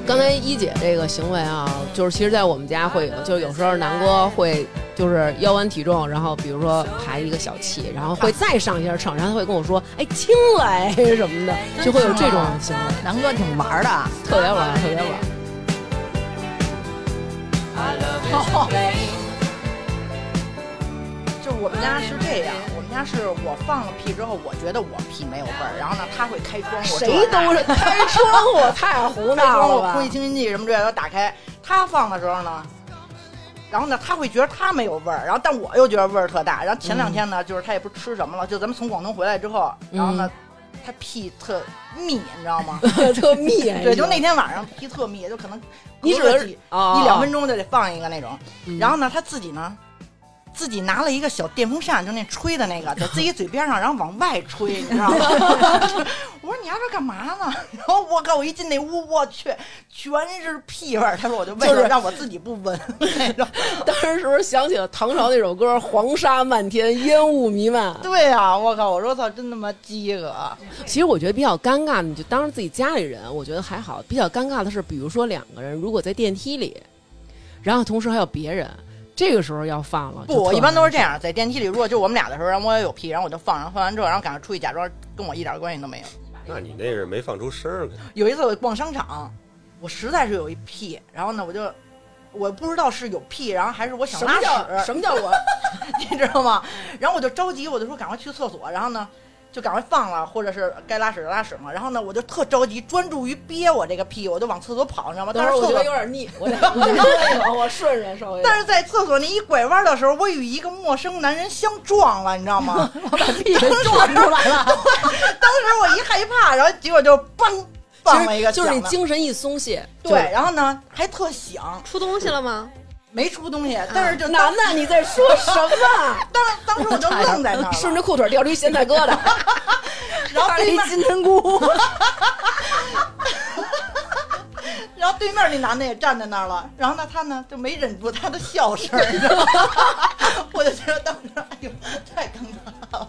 A: 刚才一姐这个行为啊，就是其实，在我们家会有，就是有时候南哥会就是腰弯体重，然后比如说排一个小气，然后会再上一下秤，然后他会跟我说：“哎，轻了哎什 么的，就会有这种行为，
D: 南哥挺玩儿的啊，
A: 特别玩，特别玩。
C: 就我们家是这样，我们家是我放了屁之后，我觉得我屁没有味儿，然后呢，他会开窗户，
A: 谁都是开窗户，太胡
C: 开窗
A: 闹
C: 户
A: 了吧
C: 空气？清新剂什么之类的都打开。他放的时候呢，然后呢，他会觉得他没有味儿，然后但我又觉得味儿特大。然后前
A: 嗯
C: 两天呢，就是他也不吃什么了，就咱们从广东回来之后，然后呢，
A: 嗯
C: 他屁特密，你知道 吗？
A: 特密，
F: 啊
C: 对，就那天晚上屁特密，就可能
A: 哎你只
C: 隔个
A: 是
C: 几
A: 哦嗯
C: 一两分钟就得放一个那种。然后呢，他自己呢，自己拿了一个小电风扇，就那吹的那个，在自己嘴边上，然后往外吹，你知道吗？ 我说你丫这干嘛呢？ 然后我靠，我一进那屋，我去，全是屁味儿。他说我就为
A: 就是
C: 了让我自己不 闻那种。
A: 当时是不是想起了唐朝那首歌《黄沙漫天，烟雾弥漫》？
C: 对啊，我靠！我说操，真他妈饥饿。啊
A: 其实我觉得比较尴尬的，你就当是自己家里人，我觉得还好。比较尴尬的是，比如说两个人如果在电梯里，然后同时还有别人，这个时候要放了。
C: 不，
A: 就特
C: 我一般都是这样，在电梯里，如果就我们俩的时候，然后我也有屁，然后我就放，然后放完之后，然后赶快出去，假装跟我一点关系都没有。
B: 那你那是没放出声儿来，
C: 有一次我逛商场，我实在是有一屁，然后呢，我就我不知道是有屁，然后还是我想
A: 什
C: 拉
A: 么叫
C: 屎，
A: 什么叫我？
C: 你知道吗？然后我就着急，我就说赶快去厕所，然后呢。就赶快放了，或者是该拉屎就拉屎嘛。然后呢，我就特着急，专注于憋我这个屁，我就往厕所跑，你知道吗？
A: 等
C: 但
A: 会
C: 是
A: 儿我
C: 厕
A: 觉得
C: 所
A: 有点腻，我得我得说一口，我顺着 稍微。
C: 但是在厕所那一拐弯的时候，我与一个陌生男人相撞了，你知 道吗？我把屁给撞出来了。当时我一害怕，然后结果就嘣放了一个
A: 其实就是
C: 响
A: 你
C: 的
A: 精神一松懈，
C: 对，然后呢还特响，
F: 出东西了吗？
C: 没出东西，但是就
A: 楠
C: 当
A: 楠啊你在说什么？
C: 当当时我就愣在那儿
A: 顺
C: 了，
A: 着裤腿掉出一咸菜疙瘩，
C: 然后对
D: 一
C: 面，
D: 金针菇，
C: 然后对面那男的也站在那儿了，然后呢他呢就没忍住他的笑声，你知道吗 我就觉得当时哎呦太尴尬了，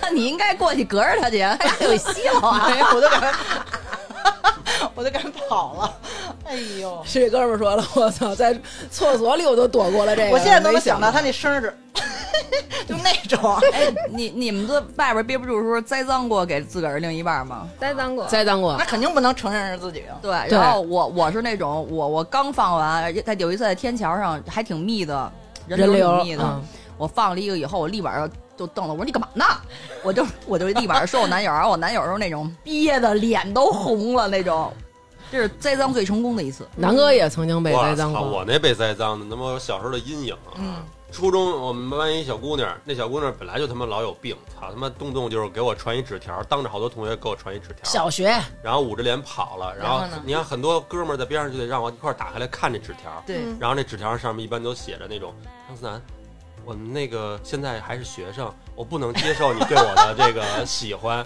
D: 那 你应该过去隔着他去， 还有笑啊。
C: 哎呀我都赶快 我都赶快跑了，哎呦。
A: 这哥们儿说了，我操，在厕所里我都躲过了这个。
C: 我现在都
A: 哎没
C: 能想到他那声儿是， 就那种。
D: 哎，你你们这外边憋不住的时候栽赃过给自个儿另一半吗？
F: 栽赃过，
A: 栽赃过
C: 那，肯定不能承认是自己啊！
D: 对，
A: 对
D: 然后我我是那种我我刚放完，在有一次在天桥上还挺密的，人
A: 人流
D: 挺密的，
A: 嗯
D: 我放了一个以后，我立马就就瞪了，我说你干嘛呢？我就我就立马说我男友，然啊后我男友是那种憋的脸都红了那种，这是栽赃最成功的一次。
A: 南哥也曾经被栽
B: 我
A: 赃嗯
B: 操！
A: 过。
B: 我那被栽赃的，他妈我小时候的阴影啊。初中我们班一小姑娘，那小姑娘本来就他妈老有病，操他妈动不动就是给我传一纸条，当着好多同学给我传一纸条，
A: 小学
B: 然后捂着脸跑了。然后你看很多哥们儿在边上就得让我一块儿打开来看这纸条，
D: 对
F: 嗯
B: 然后那纸条上面一般都写着那种张思楠。我们那个现在还是学生，我不能接受你对我的这个喜欢，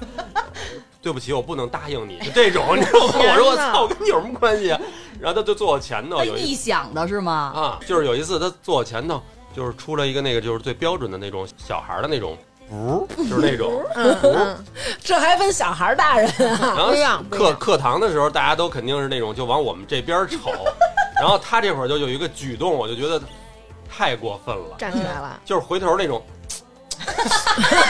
B: 对不起，我不能答应你，就这种，你知道吗？我说我操，我跟你有什么关系啊？然后他就坐我前头，
D: 他
B: 有一
D: 臆想的是吗？
B: 啊，就是有一次他坐我前头，就是出了一个那个就是最标准的那种小孩儿的那种呜，就是那种。
F: 嗯嗯，
E: 这还分小孩儿大人啊？
B: 然后
F: 不一样不一
B: 课
F: 样
B: 课堂的时候，大家都肯定是那种就往我们这边瞅， 然后他这会儿就有一个举动，我就觉得太过分了，
F: 站起来了，
B: 就是回头那种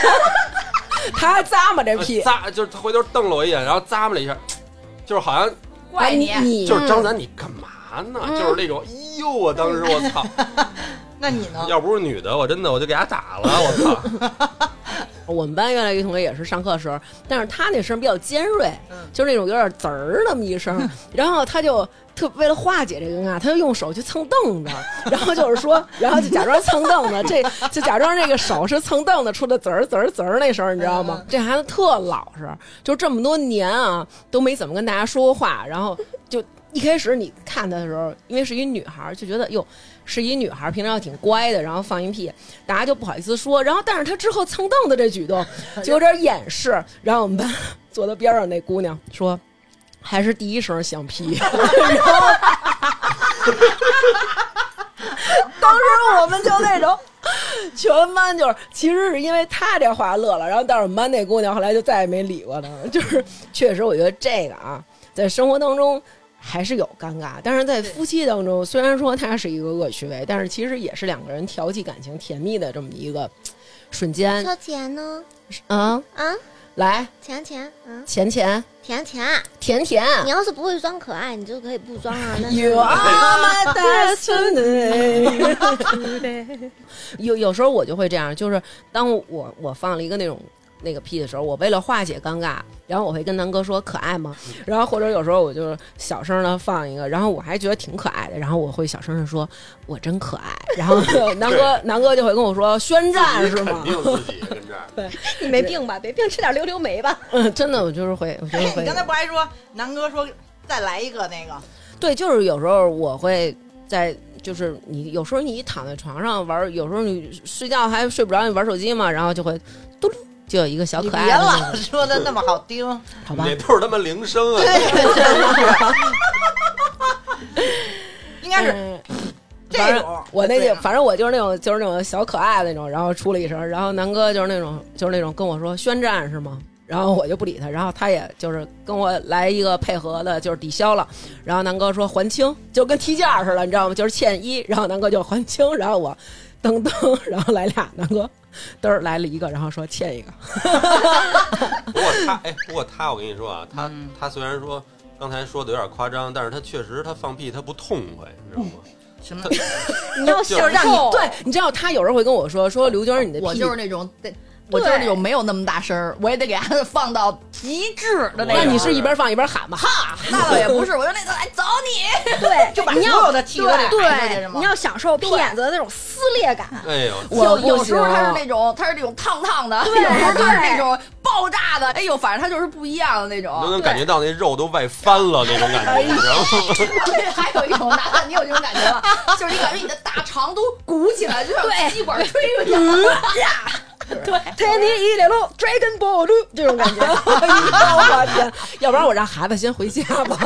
E: 他还咂摸这
B: 呃
E: 屁，
B: 咂，就是他回头瞪了我一眼，然后咂摸了一下，就是好像
E: 哎你
A: 嗯
E: 你
B: 就是张楠你干嘛呢？就是那种，哎呦，我当时我操，
C: 那你
A: 嗯
C: 呢？
B: 要不是女的，我真的我就给他打了，我 操。
A: 我们班原来有一同学也是上课的时候，但是他那声比较尖锐，就是那种有点滋儿那么一声，然后他就特为了化解这个尴尬，他就用手去蹭凳子，然后就是说，然后就假装蹭凳子，这就假装这个手是蹭凳子出的滋儿滋儿滋儿那声儿，你知道吗？这孩子特老实，就这么多年啊都没怎么跟大家说过话，然后就一开始你看他的时候，因为是一女孩儿，就觉得哟。是一女孩儿，平常挺乖的，然后放一屁，大家就不好意思说。然后，但是她之后蹭凳子这举动就有点掩饰。然后我们班 坐到边上那姑娘说：“还是第一声响屁。” 然后，当时我们就那种。全班就是，其实是因为她这话乐了，然后但是我们班那姑娘后来就再也没理过她了。就是确实，我觉得这个啊，在生活当中还是有尴尬，但是在夫妻当中，虽然说它是一个恶趣味，但是其实也是两个人调剂感情甜蜜的这么一个瞬间
I: 说钱呢？
A: 啊！
I: 啊，
A: 来，
I: 钱钱，嗯，
A: 钱钱
I: 甜甜，
A: 甜甜，
I: 你要是不会装可爱，你就可以不装啊。那
E: You are my destiny
A: 有有时候我就会这样，就是当我我放了一个那种那个屁的时候，我为了化解尴尬，然后我会跟南哥说可爱吗？然后或者有时候我就小声的放一个，然后我还觉得挺可爱的，然后我会小声的说我真可爱，然后南哥南哥就会跟我说宣战是吗
B: 肯？定自己跟这儿，
F: 你没病吧？没病，吃点溜溜梅吧。
A: 嗯，真的我就是会，我觉得
C: 哎，
A: 会
C: 你刚。才不还说南哥说再来一个那个？
A: 对，就是有时候我会在，就是你有时候你躺在床上玩儿，有时候你睡觉还睡不着，你玩手机嘛，然后就会嘟噜，就有一个小
C: 你
A: 可
C: 别
A: 爱的那
C: 老
A: 个，
C: 说的那么好听，
A: 好吧
B: 那？都是他妈铃声啊！
C: 应该是
A: 嗯反
C: 这
A: 正
D: 啊
C: 种。
A: 我那
C: 对
A: 就
C: 吗
A: 反正我就是那种就是那种小可爱那种，然后出了一声，然后南哥就是那种就是那种跟我说宣战是吗？然后我就不理他，然后他也就是跟我来一个配合的，就是抵消了。然后南哥说还清，就跟踢毽儿似的，你知道吗？就是欠一，然后南哥就还清，然后我噔噔，然后来俩，南哥嘚儿来了一个，然后说欠一个，
B: 不过他，哎，不过他，我跟你说啊，他
A: 嗯
B: 他虽然说刚才说的有点夸张，但是他确实他放屁他不痛快，你知道吗？
C: 什么
B: 他？
F: 你要
B: 就是
F: 让你
A: 对，你知道他有时候会跟我说说刘娟儿你的屁
D: 哦我就是那种得。我就是那种没有那么大声儿，我也得给它 放到极致 的那
B: 那
D: 种。
B: 你
A: 你是一边放一边喊吧，哈，
D: 那倒也不是，我就那种哎，走你！
F: 对，
C: 就把
F: 你
C: 所
F: 要
C: 有的气都得排出去是
F: 对，
C: 吗
F: 你？要享受屁眼子的那种撕裂感。
B: 哎呦，
E: 我
D: 有有
E: 不
D: 时候它是
E: 行
D: 那种，它是那种烫烫的，有时候它是那种爆炸的，哎呦，反正它就是不一样的那
B: 你都
D: 种。
B: 能感觉到那肉都外翻了那种感觉，你知道吗？
D: 对， 还有一种拿你有这种感觉吗？就是你感觉你的大肠都鼓起来，就像吸管吹出去了。
A: Tenny 一脸露 Dragon Ball 露这种感 觉，我 天！要不然我让孩子先回家 吧，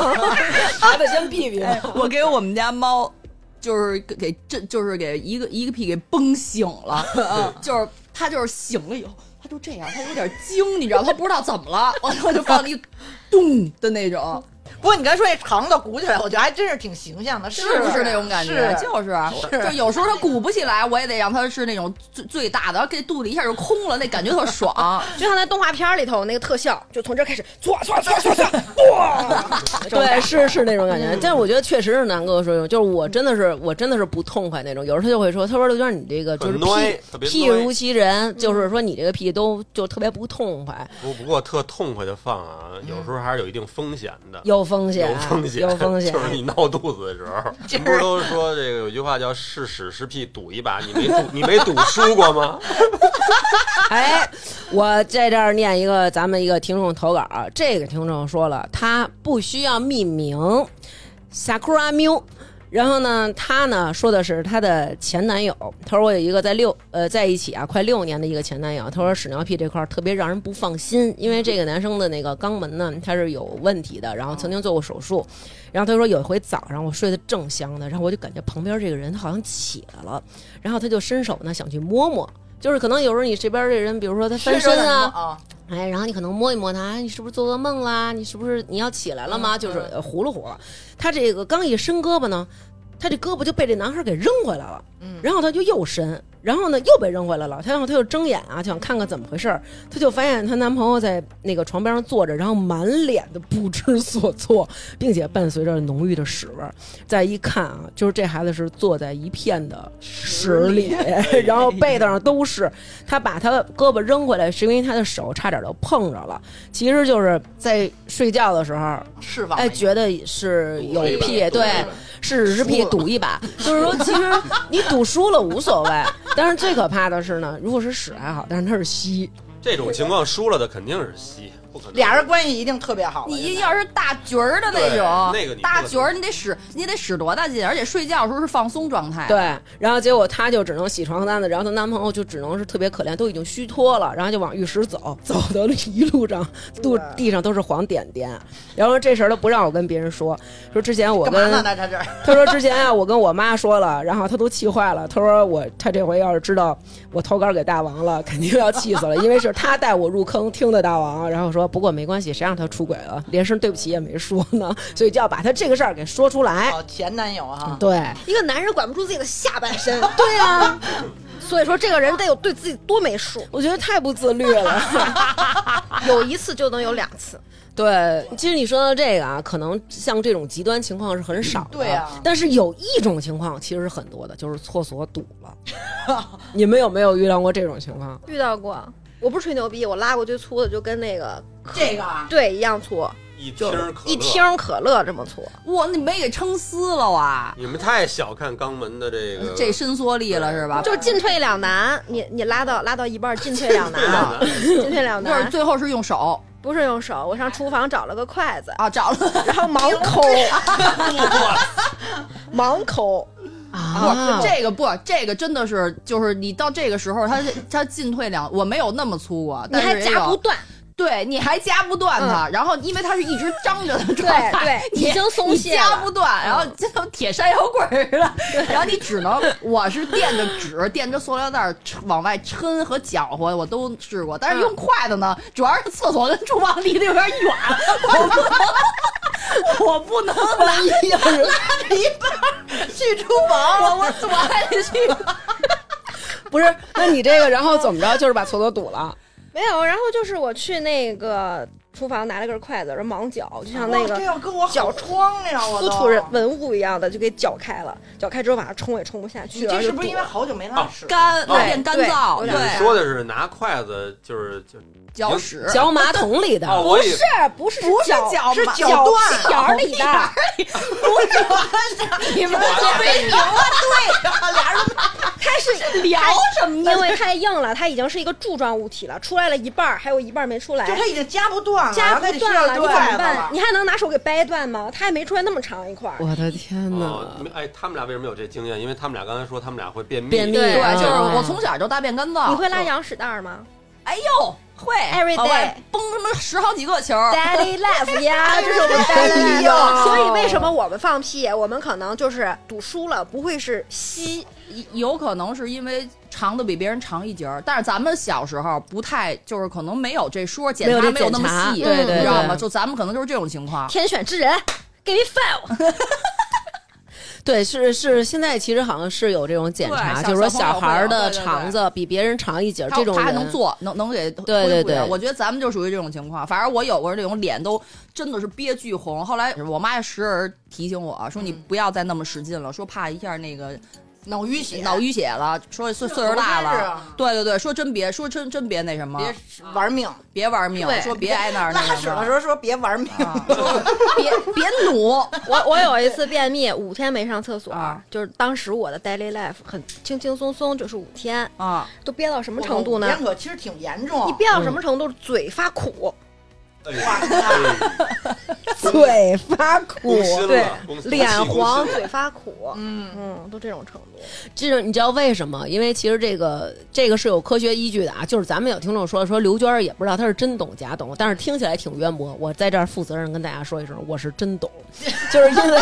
A: 孩子先避避吧。
D: 我给我们家猫，就是给这就是给一个一个屁给崩醒 了，就是它就是醒了以后，它就这样，它有点惊，你知道，它不知道怎么了， 完了我就放了一个咚的那种，
C: 不过你刚才说这肠子鼓起来，我觉得还真是挺形象的，
D: 是不
C: 是
D: 是那种感觉？
C: 是
D: 就是，就有时候它鼓不起来，我也得让它是那种最最大的，然后给肚子一下就空了，那感觉 特爽。
F: 就像在动画片里头那个特效，就从这儿开始唰唰唰唰唰，
A: 对，是是那种感嗯觉。但是我觉得确实是南哥说的，就是我真的是我真的是不痛快那种。有时候他就会说，他说刘娟，你这个就是
B: 很孬
A: 屁
B: 特别
A: 屁
B: 孬
A: 如其人，就是说你这个屁都就特别不痛快，
B: 不不过特痛快的放啊，有时候还是有一定风险的。
A: 有风险，啊
B: 有风险，
A: 有风险
B: 就。是你闹肚子的时候，不是都说这个有句话叫“是屎是屁赌一把”，你没赌， 你没赌输过吗？
A: 哎，我在这儿念一个咱们一个听众投稿啊，这个听众说了，他不需要匿名，Sakura Miu。然后呢，他呢说的是他的前男友，他说我有一个在六呃在一起啊快六年的一个前男友，他说屎尿屁这块儿特别让人不放心，因为这个男生的那个肛门呢他是有问题的，然后曾经做过手术，然后他说有一回早上我睡得正香呢，然后我就感觉旁边这个人他好像起来了，然后他就伸手呢想去摸摸，就是可能有时候你这边这人，比如说他翻
C: 是有
A: 身
C: 点
A: 啊
C: 多，啊，
A: 哎，然后你可能摸一摸他，哎你是不是做噩梦啦？你是不是你要起来了吗？
C: 嗯
A: 就是呃糊噜糊了。他这个刚一伸胳膊呢，他这胳膊就被这男孩给扔回来了，
C: 嗯，
A: 然后他就又伸，然后呢又被扔回来了。他然后他就睁眼啊，就想看看怎么回事儿，他就发现她男朋友在那个床边上坐着，然后满脸的不知所措，并且伴随着浓郁的屎味儿。再一看啊，就是这孩子是坐在一片的屎里， 然后被子上都是。他把他胳膊扔回来，是因为他的手差点就碰着了。其实就是在睡觉的时候，
C: 释放了
A: 哎，
C: 一下
A: 觉得是有
B: 赌了一把
A: 屁，
B: 赌
A: 对
B: 了一把，
A: 是是屁
C: 输了
A: 赌一把。就是说，其实你赌输了无所谓，但是最可怕的是呢，如果是屎还好，但是它是稀。
B: 这种情况输了的肯定是吸，不可能。
C: 俩人关系一定特别好了。
D: 你
C: 现在
D: 要是大角儿的那种，
B: 对那个你不
D: 大角儿，你得使你得使多大劲，而且睡觉的时候是放松状态。
A: 对，哎然后结果她就只能洗床单子，然后她男朋友就只能是特别可怜，都已经虚脱了，然后就往浴室走，走的一路上都地上都是黄点点，然后这事儿都不让我跟别人说，说之前我
C: 干嘛
A: 跟
C: 呢？在这儿，
A: 他说之前啊，我跟我妈说了，然后她都气坏了。她说我她这回要是知道我投稿给大王了，肯定要气死了，因为是她带我入坑听的大王。然后说不过没关系，谁让她出轨了，连声对不起也没说呢，所以就要把她这个事儿给说出 来。
C: 哦，前男友哈，
A: 对，
F: 一个男人管不住自己的下半 身，
A: 对啊，
F: 所以说这个人得有对自己多没数，
A: 我觉得太不自律了。
F: 有一次就能有两次。
A: 对，其实你说到这个啊，可能像这种极端情况是很少的，
C: 对啊
A: 但是有一种情况其实是很多的，就是厕所堵了。你们有没有遇到过这种情 况？
F: 遇到过，我不是吹牛逼，我拉过最粗的就跟那个
C: 这个啊，
F: 对一样粗，
B: 一听
F: 就
B: 儿可乐
F: 一听可乐这么粗。
D: 哇，你没给撑撕了啊！
B: 你们太小看肛门的这个
D: 这伸缩力了是吧？
F: 就是进退两难，你你拉到拉到一半儿进退 两难，啊进退两
D: 就是
F: 难，
D: 最后是用手
F: 不是用手，我上厨房找了个筷子，
D: 啊，找 了
F: 然后盲抠，盲抠，
D: 啊，这个不，这个真的是，就是你到这个时候，它它进退两，我没有那么粗过，
F: 你
D: 但
F: 还
D: 是也
F: 夹不
D: 有，
F: 断，
D: 对，你还夹不断它，然后因为它是一直张着的状态，
F: 对对
D: 你
F: 已经松懈
D: 你
F: 了
D: 夹不断，然后就像铁山摇滚似的，然后你只能，我是垫着纸，垫着塑料袋儿往外抻和搅和，我都试过，但是用筷子呢，主要是厕所跟厨房离得有点远，我不能。我不能拉
A: 哎
D: 拉着一半儿去厨房，我我我还得去
A: 不是，那你这个然后怎么着，就是把厕所堵了？
F: 没有。然后就是我去那个厨房拿了根筷子，然后盲搅，就像那
C: 哇这
F: 个
C: 要跟我脚窗呀，我
F: 司
C: 都
F: 土人文物一样的，就给搅开了。搅开之后，把它冲也冲不下去
C: 你
F: 了，
C: 这是
F: 就
C: 不是因
F: 堵
C: 为
F: 了
C: 好久没拉屎？
D: 干，
B: 对
D: 变干
F: 对
D: 燥，
F: 有
B: 你
F: 点
B: 们
D: 对，
B: 说的是拿筷子就是就
D: 搅屎，
A: 嚼马桶里的。
B: 哦，我以为
F: 是不是
D: 不是
F: 搅
D: 搅
F: 是
D: 嘛
F: 搅
D: 搅
F: 屁眼儿里的，
D: 你们都没明白，
C: 啊
F: 它是
D: 聊什么呢？
F: 因为太硬了，它已经是一个柱状物体了，出来了一半儿，还有一半儿没出来
C: 就。他已经夹不断了，
F: 夹哎不断了，
C: 然
F: 你
C: 后
F: 怎
C: 他得需要断
F: 么办
C: 了？
F: 你还能拿手给掰断吗？它还没出来那么长一块儿。
A: 我的天
B: 哦，你们哎，他们俩为什么有这经验？因为他们俩刚才说他们俩会便秘，
A: 便秘
D: 对，
A: 啊
D: 就是我从小就大便干燥。
F: 你会拉？羊屎蛋儿吗
D: 哎呦，会
F: Every
D: 往外
F: day
D: 崩他妈十好几个球儿。
F: ？Daddy love 呀，这是我们 Daddy
A: 哎呦
F: love。所以为什么我们放屁，我们可能就是赌输了，不会是吸。
D: 有可能是因为长的比别人长一截儿，但是咱们小时候不太，就是可能没有这说检
A: 没有
D: 查
A: 这
D: 没有那
A: 检查
D: 么细，
A: 对对
D: 你知道
A: 对
D: 吗？就咱们可能就是这种情况。
F: 天选之人，Give me five。
A: 对，是是，现在其实好像是有这种检查，
D: 对
A: 就是说
D: 小
A: 小孩儿的
D: 小朋友会
A: 肠
D: 有对对对
A: 子比别人长一截儿，
D: 他
A: 这种
D: 他还
A: 人
D: 能 做，能能给
A: 对
D: 恢复
A: 对
D: 点
A: 对
D: 我觉得咱们就属于这种情况。反正我有过这种脸都真的是憋巨红。后来我妈时而提醒我说：“你不要再那么使劲了，说怕一下那个
C: 脑淤血，
D: 脑淤血了，说岁岁数大
C: 是
D: 了
C: 啊。”
D: 对对对，说真别说真真别那什么，
C: 别玩命，
D: 别玩命，说别挨那儿那
C: 拉
D: 什
C: 屎的
D: 么
C: 时候说别玩命，
D: 啊，别别努，
F: 我我有一次便秘，五天没上厕所
D: 啊，
F: 就是当时我的 Daily life 很轻轻松松，就是五天，
D: 啊，。
F: 都憋到什么程度呢？
C: 严可其实 挺严重，嗯
F: 你憋到什么程度？嘴发苦，
B: 哎
C: 哇
B: 呀，
C: 塞
B: 哎
J: 腿发苦
B: 攻，心
F: 对
B: 了，攻心
F: 脸
B: 气攻
F: 黄
B: 心了
F: 嘴发苦，
C: 嗯，
F: 嗯，都这种程度。
A: 这种你知道为什么？因为其实这个这个是有科学依据的啊，就是咱们有听众说说刘娟儿也不知道她是真懂假懂，但是听起来挺渊博。我在这儿负责任跟大家说一声，我是真懂， 就是因为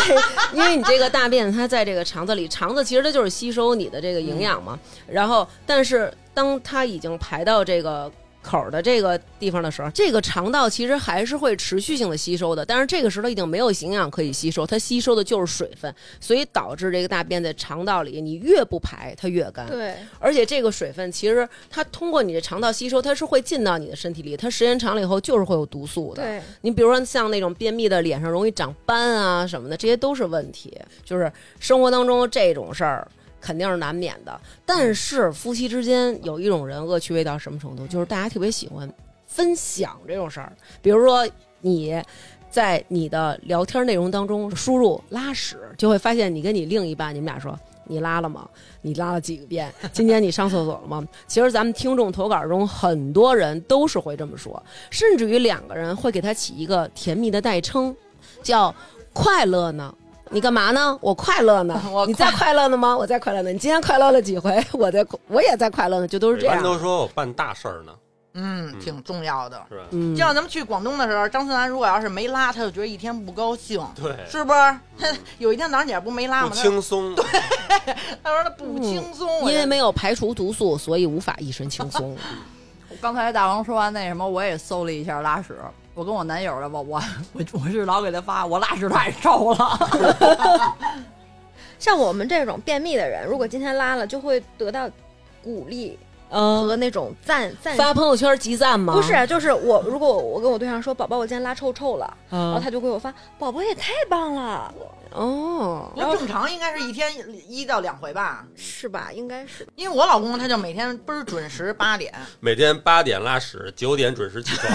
A: 因为你这个大便它在这个肠子里，肠子其实它就是吸收你的这个营养嘛，然后但是当它已经排到这个。口儿的这个地方的时候，这个肠道其实还是会持续性的吸收的，但是这个时候它已经没有营养可以吸收，它吸收的就是水分，所以导致这个大便在肠道里，你越不排它越干。
F: 对，
A: 而且这个水分其实它通过你的肠道吸收，它是会进到你的身体里，它时间长了以后就是会有毒素的。
F: 对，
A: 你比如说像那种便秘的，脸上容易长斑啊什么的，这些都是问题。就是生活当中这种事儿肯定是难免的。但是夫妻之间有一种人恶趣味到什么程度，就是大家特别喜欢分享这种事儿。比如说你在你的聊天内容当中输入“拉屎”，就会发现你跟你另一半，你们俩说。你拉了吗？你拉了几个遍？今天你上厕所了吗？ 其实咱们听众投稿中很多人都是会这么说，甚至于两个人会给他起一个甜蜜的代称，叫“快乐呢”。你干嘛呢？我快乐呢
D: 我
A: 你在
D: 快
A: 快乐呢吗？我在快乐呢。你今天快乐了几回？我在，我也在快乐呢。就都是这
B: 一般
A: 样。
B: 都说我办大事儿呢，
C: 嗯，挺重要的。
B: 是吧？
A: 嗯
C: 就，像咱们去广东的时候，张思楠如果要是没拉，他就觉得一天不高兴，
B: 对，
C: 是不是？ 有一天早上起来不没拉吗？
B: 不
C: 他
B: 轻松，
C: 他说他
F: 嗯
C: 不轻松，我
A: 因为
C: 就
A: 没有排除毒素，所以无法一身轻松。
D: 刚才大王说完那什么，我也搜了一下拉屎。我跟我男友的吧，我我我是老给他发，我拉屎太臭了。
F: 像我们这种便秘的人，如果今天拉了，就会得到鼓励
A: 嗯，
F: 和那种赞赞。
A: 发朋友圈集赞吗？
F: 不是，就是我，如果我跟我对象说，宝宝，我今天拉臭臭了，然后
A: 嗯，
F: 哦他就给我发，宝宝也太棒了，
A: 哦，
C: 我正常应该是一天一到两回吧，
F: 是吧？应该是
C: 因为我老公他就每天倍儿准时八点，
B: 每天八点拉屎，九点准时起床。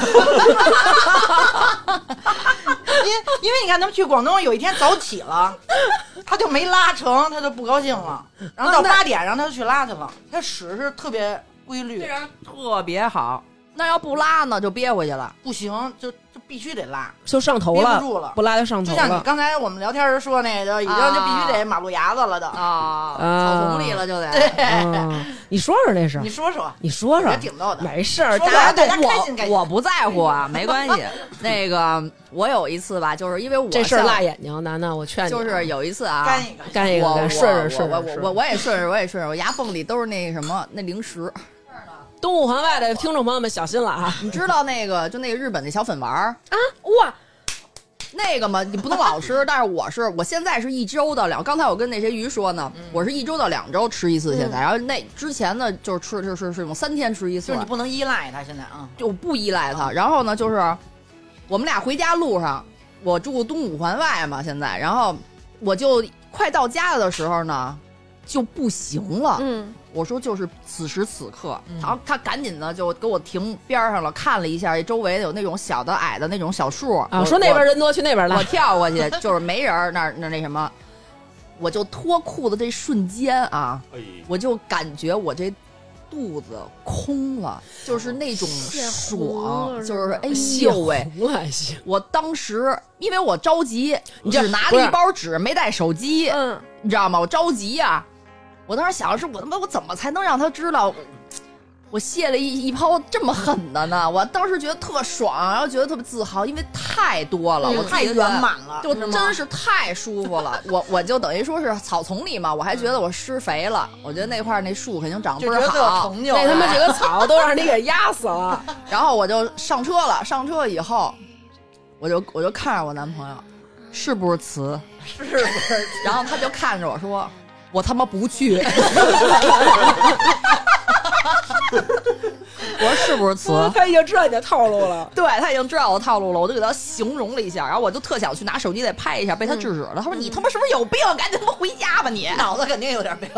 C: 因为因为你看他们去广东有一天早起了，他就没拉成，他就不高兴了，然后到八点，然后他就去拉去了，他屎是特别规律
D: 这，人特别好，那要不拉呢，就憋回去了。
C: 不行就就必须得拉，
A: 就上头
C: 憋不
A: 了，
C: 住了。
A: 不拉就上头
C: 就像你
A: 嗯了。
C: 刚才我们聊天时说那个，已经就必须得马路牙子了的。
D: 啊，
A: 啊
D: 草丛里了就得。
A: 啊你说说这是
C: 你，说说，
A: 你说说
C: 也，挺逗的。
A: 没事儿，大
C: 说说
A: 家
C: 大家开心开心
D: 我我不在乎啊，没关 系。那个我有一次吧，就是因为我
A: 这事儿
D: 像
A: 辣眼睛，楠楠，我劝你啊，
D: 就是有一次啊，
C: 干一个，
A: 干一个，
D: 我
A: 干顺着顺
D: 我
A: 着
D: 我
A: 顺着
D: 我我也顺着，我也顺着，我牙缝里都是那什么那零食。
A: 东五环外的听众朋友们小心了啊！
D: 你知道那个就那个日本那小粉丸儿
F: 哇，
D: 那个嘛，你不能老 吃。但是我是我现在是一周到两，刚才我跟那谁鱼说呢，
C: 嗯
D: 我是一周到两周吃一次。现在，然后那之前呢就是吃就是是用三天吃一次，
C: 就是你不能依赖他现在啊。
D: 就不依赖他。然后呢，就是我们俩回家路上，我住东五环外嘛，现在，然后我就快到家了的时候呢，就不行了。
F: 嗯，
D: 我说就是此时此刻，
C: 嗯
D: 然后他赶紧呢就给我停边儿上了，看了一下周围有那种小的矮的那种小树
A: 啊，
D: 我
A: 说那边人多，去那边
D: 我我
A: 来。
D: 跳过去 就是没人儿那儿那那什么，我就脱裤子这瞬间啊，
B: 哎，
D: 我就感觉我这肚子空了，就是那种爽，
F: 了
D: 就是哎
A: 泄
D: 呦喂！
A: 洪了，行，
D: 我当时因为我着急，
A: 你这
D: 只拿
A: 不
D: 了
A: 是
D: 一包纸，没带手机，
F: 嗯，
D: 你知道吗？我着急呀、我当时想的是，我他妈我怎么才能让他知道我我泄了一一泡这么狠的呢？我当时觉得特爽，然后觉得特别自豪，因为太多了，我
C: 嗯太
D: 自己
C: 圆
D: 觉得
C: 满了，
D: 就是
C: 吗
D: 真是太舒服了，我我就等于说是草丛里嘛，我还觉得我施肥了，我觉得那块儿那树肯定长得
C: 就
D: 倍
C: 觉
D: 儿
C: 得特有
D: 好，
C: 成就
A: 那
C: 感。
A: 他妈几个草都让你给压死了。
D: 然后我就上车了，上车以后，我就我就看着我男朋友，是不是词？
C: 是不是？
D: 然后他就看着我说：“ 我他妈不去。”我说：“是不是词
K: 他已经知道你的套路了？”。
D: 对他已经知道我的套路了，我就给他形容了一下，然后我就特想去拿手机再拍一下，被他制止了。他说：“你他妈是不是有病？赶紧他妈回家 吧你！”
C: 脑子肯定有点病。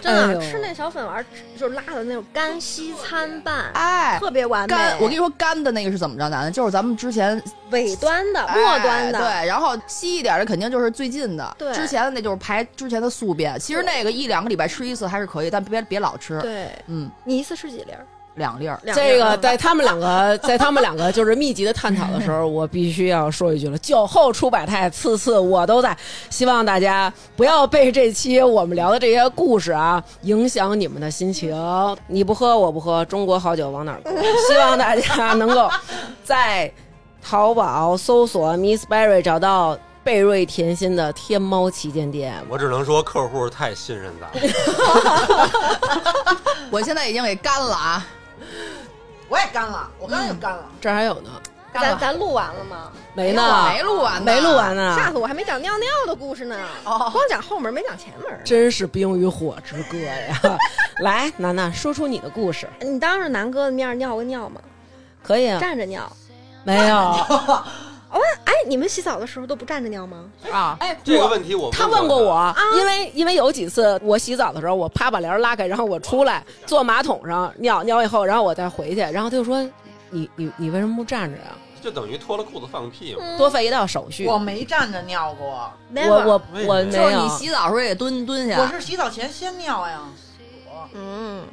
F: 真的、啊
K: 哎呦
F: 吃那小粉丸儿就是拉的那种干稀参 半，
D: 哎，
F: 特别完美。
D: 干，我跟你说，干的那个是怎么着，楠楠？就是咱们之前
F: 尾端的、末端的，
D: 哎对，然后稀一点的肯定就是最近的，
F: 对
D: 之前的那就是排之前的宿便。其实那个一两个礼拜吃一次还是可以，但别别老吃。
F: 对
D: 嗯，
F: 你一次吃几粒儿？
D: 两粒儿。
F: 两
A: 这
F: 样
A: 个
F: 嗯
A: 在他们两个在他们两个就是密集的探讨的时候，我必须要说一句了：酒后出百态，次次我都在。希望大家不要被这期我们聊的这些故事啊影响你们的心情。你不喝，我不喝， 中国好酒往哪儿搁？希望大家能够在淘宝搜索 Miss Berry 找到贝瑞甜心的天猫旗舰店。
B: 我只能说客户太信任咱们。
D: 我现在已经给干了啊，
C: 我也干了，我刚才就干了。
A: 这儿还有呢，
D: 干
F: 咱
D: 了，
F: 咱录完了吗？
A: 没呢，
D: 没录完呢，
A: 没录完呢，
F: 吓死我，还没讲尿尿的故事呢，
C: 哦
F: 光讲后门没讲前门。
A: 真是冰与火之歌呀！ 来，楠楠说出你的故事，
F: 你当着南哥的面尿过尿吗？
A: 可以啊？
F: 站着尿。
A: 没有，
F: 哎，你们洗澡的时候都不站着尿吗？
D: 啊。
A: 哎，
B: 这个
A: 我
B: 问题我
A: 他问
B: 问
A: 过我，因为因为有几次我洗澡的时候，我啪把帘儿拉开，然后我出来坐马桶上尿尿以后，然后我再回去，然后他就说你你你为什么不站着呀、
B: 他，就等于脱了裤子放屁
F: 嗯
B: 嘛。
A: 多费一道手续。
C: 我
A: 我
C: 没站着尿过，
A: 我我
B: 为什么
A: 我
B: 呀
A: 没
D: 就是
A: 有
D: 你，洗澡的时候也蹲蹲
C: 我
D: 下，
C: 是洗澡前先尿呀。
F: 嗯，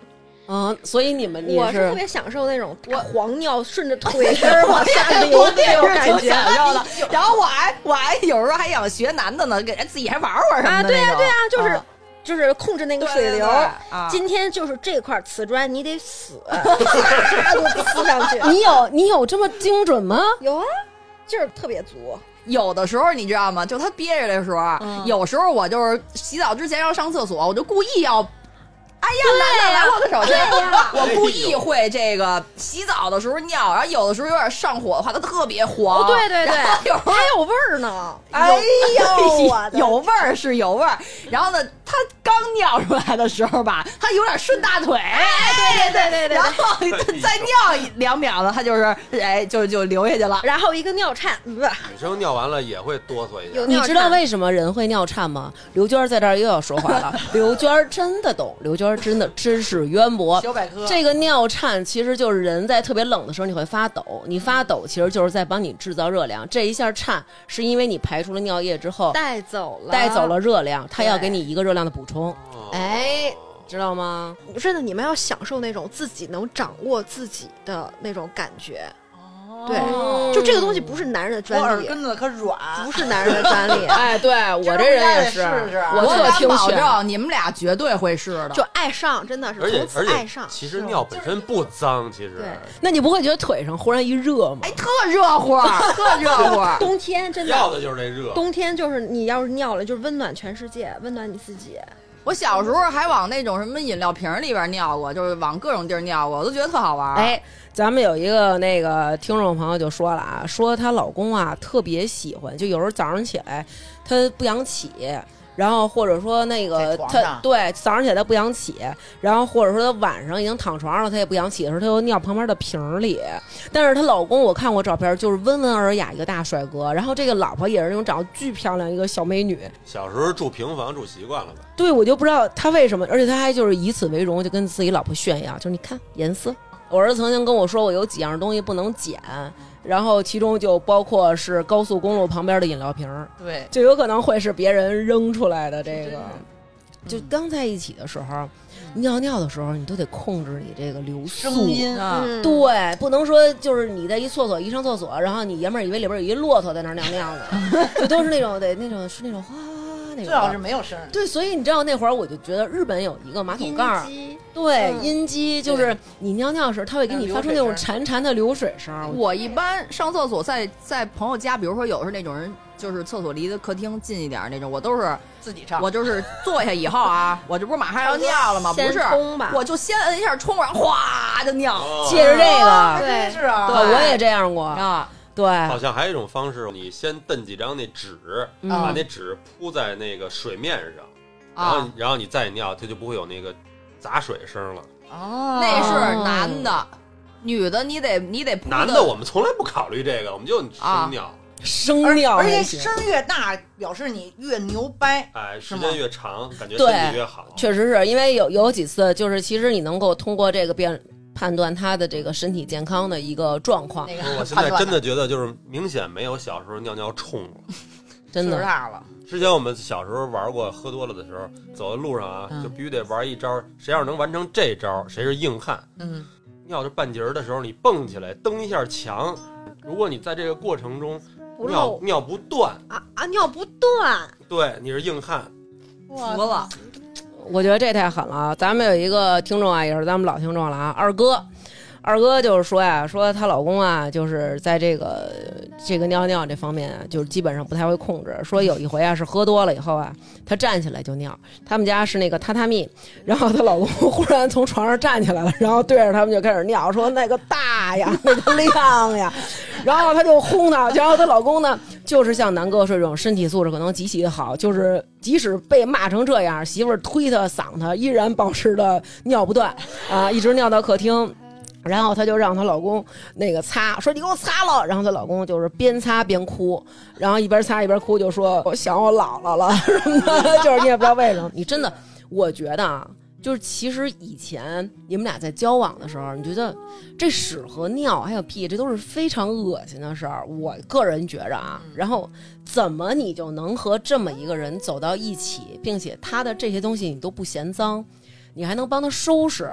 A: 嗯，所以你们你
F: 我
A: 是
F: 特别享受那种黄尿顺着腿根儿往下流的那种感觉
D: 了。然后我还我还有时候还想学男的呢，给人自己还玩玩什么
F: 啊！
D: 的
F: 对呀、
D: 那种
F: 对呀、就是、
D: 啊
F: 就是控制那个
D: 对
F: 水
D: 对
F: 流。
D: 对啊
F: 今天就是这块瓷砖，你 得死， 唰就呲上去。
A: 你有你有这么精准吗？
F: 有啊，劲儿特别足。
D: 有的时候你知道吗？就他憋着的时候，啊
F: 嗯
D: 有时候我就是洗澡之前要上厕所，我就故意要。哎呀，男的来我的手机， 我故意会这个洗澡的时候尿，然后有的时候有点上火的话，它特别黄。
F: 哦对对对
D: 然后有时候
F: 还有味儿呢。
D: 哎
F: 呦我的
D: 有味儿是有味儿。然后呢，他刚尿出来的时候吧，他有点顺大腿，哎，
F: 对对对对对
D: 然后再尿一两秒呢，他就是哎，就就流下去了。
F: 然后一个尿颤，
D: 嗯
F: 不是
B: 女生尿完了也会哆嗦一下
F: 有，
A: 你
F: 尿
A: 知道
F: 颤
A: 为什么人会尿颤吗？刘娟儿在这儿又要说话了。刘娟儿真的懂，刘娟儿真的知识渊博。
C: 小百科
A: 这个尿颤其实就是人在特别冷的时候你会发抖，你发抖其实就是在帮你制造热量。这一下颤是因为你排出了尿液之后
F: 带走了，
A: 带走了。热量，它要
F: 对
A: 给你一个热量的补充，
B: 哦
F: 哎，
A: 知道吗？。
F: 真的，你们要享受那种自己能掌握自己的那种感觉。
D: 哦
F: 对，哦就这个东西不是男人的
C: 我
F: 专
C: 耳
F: 利，
C: 根子可软，
F: 不是男人的 专利
A: 哎，对我这人也
C: 这东西得试试
A: 我
D: 我
A: 特
D: 敢
A: 听
D: 保
A: 劝。
D: 证，你们俩绝对会是的。
F: 就爱上，真的是
B: 而且
F: 从此
B: 而
F: 爱
B: 且
F: 上，
B: 其实尿本身不脏，其实
F: 对
A: 那你不会觉得腿上忽然一热吗
D: 哎，？特热乎儿， 特热乎儿。
F: 冬天真
B: 要
F: 的，
B: 的就是这热。
F: 冬天就是你要是尿了，就是温暖全世界，温暖你自己。
D: 我小时候还往那种什么饮料瓶里边尿过，就是往各种地儿尿过，我都觉得特好玩儿。
A: 哎，咱们有一个那个听众朋友就说了啊，说她老公啊特别喜欢，就有时候早上起来他不想起，然后或者说那
C: 在
A: 个
C: 床
A: 他
C: 上
A: 对早上起来他不想起，然后或者说他晚上已经躺床上了，他也不想起的时候，他就尿旁边的瓶儿里。但是她老公我看过照片，就是温文尔雅一个大帅哥，然后这个老婆也是那种长得巨漂亮一个小美女，
B: 小时候住平房住习惯了吧？
A: 对，我就不知道他为什么，而且他还就是以此为荣，就跟自己老婆炫耀，就是你看颜色。我儿子曾经跟我说过，有几样东西不能捡，然后其中就包括是高速公路旁边的饮料瓶儿，
D: 对，
A: 就有可能会是别人扔出来的这个。就刚在一起的时候，尿尿的时候，你都得控制你这个流速，
C: 声音
D: 啊，
F: 嗯，
A: 对，不能说就是你在一厕所一上厕所，然后你爷们儿以为里边有一骆驼在那儿尿尿 呢，就都是那种得那种是那种哗那种。
C: 最好是没有声儿。
A: 对，所以你知道那会儿我就觉得日本有一个马桶盖儿，对，
F: 嗯
A: 音机就是你尿尿的时候，它会给你发出那种潺潺的嗯流水声儿。
D: 我一般上厕所在在朋友家，比如说有的是那种人，就是厕所离的客厅近一点儿那种，我都是
C: 自己唱，
D: 我就是坐下以后啊，我这不是马上要尿了吗？不
F: 先
D: 是，
F: 冲吧
D: 我就先摁一下冲，然后哗就
A: 哦
D: 尿
B: 哦
A: 借着这
C: 还
A: 个，
C: 真
F: 对
C: 是啊，
A: 哦对，我也这样过。
D: 啊。
A: 对，
B: 好像还有一种方式，你先蹬几张那纸，
A: 嗯
B: 把那纸铺在那个水面上，然后
D: 啊
B: 你，然后你再尿，它就不会有那个砸水声了。
C: 哦
D: 那是男的，女的你得你得铺
B: 男的
D: 的
B: 我们从来不考虑这个，我们就生尿，
A: 生
C: 而
A: 尿
C: 而
A: 还
C: 且
A: 行
C: 声儿越大，表示你越牛掰。
B: 哎，时
C: 是吗
B: 间越长，感觉
A: 对
B: 身体越好。
A: 确实是因为有有几次，就是其实你能够通过这个辨判断他的这个身体健康的一个状况，
C: 那
B: 不是
C: 个
B: 我现在真
C: 的
B: 的觉得就是明显没有小时候尿尿冲了。
A: 真的。
C: 大
D: 啊
C: 了，
B: 之前我们小时候玩过，喝多了的时候，走在路上啊，
C: 嗯
B: 就必须得玩一招，谁要是能完成这招，谁是硬汉。
C: 嗯，
B: 尿着半截儿的时候，你蹦起来蹬一下墙，如果你在这个过程中
F: 不
B: 尿
F: 漏
B: 尿不断，
F: 啊啊，尿不断，
B: 对，你是硬汉，
D: 服了。
A: 我觉得这太狠了啊！咱们有一个听众啊，也是咱们老听众了啊，二哥。二哥就是说呀，说她老公啊，就是在这个这个尿尿这方面啊，就是基本上不太会控制。说有一回啊，是喝多了以后啊，她站起来就尿。他们家是那个榻榻米，然后她老公忽然从床上站起来了，然后对着他们就开始尿，说那个大呀，那个亮呀，然后她就轰他。然后她老公呢，就是像南哥说这种身体素质可能极其的好，就是即使被骂成这样，媳妇儿推他、搡他，依然保持的尿不断啊，一直尿到客厅。然后她就让她老公那个擦，说你给我擦了。然后她老公就是边擦边哭，然后一边擦一边哭，就说我想我姥姥了 什么的，就是你也不知道为什么。你真的，我觉得啊，就是其实以前你们俩在交往的时候，你觉得这屎和尿还有屁，这都是非常恶心的事儿。我个人觉着啊，
F: 嗯
A: 然后怎么你就能和这么一个人走到一起，并且他的这些东西你都不嫌脏，你还能帮他收拾，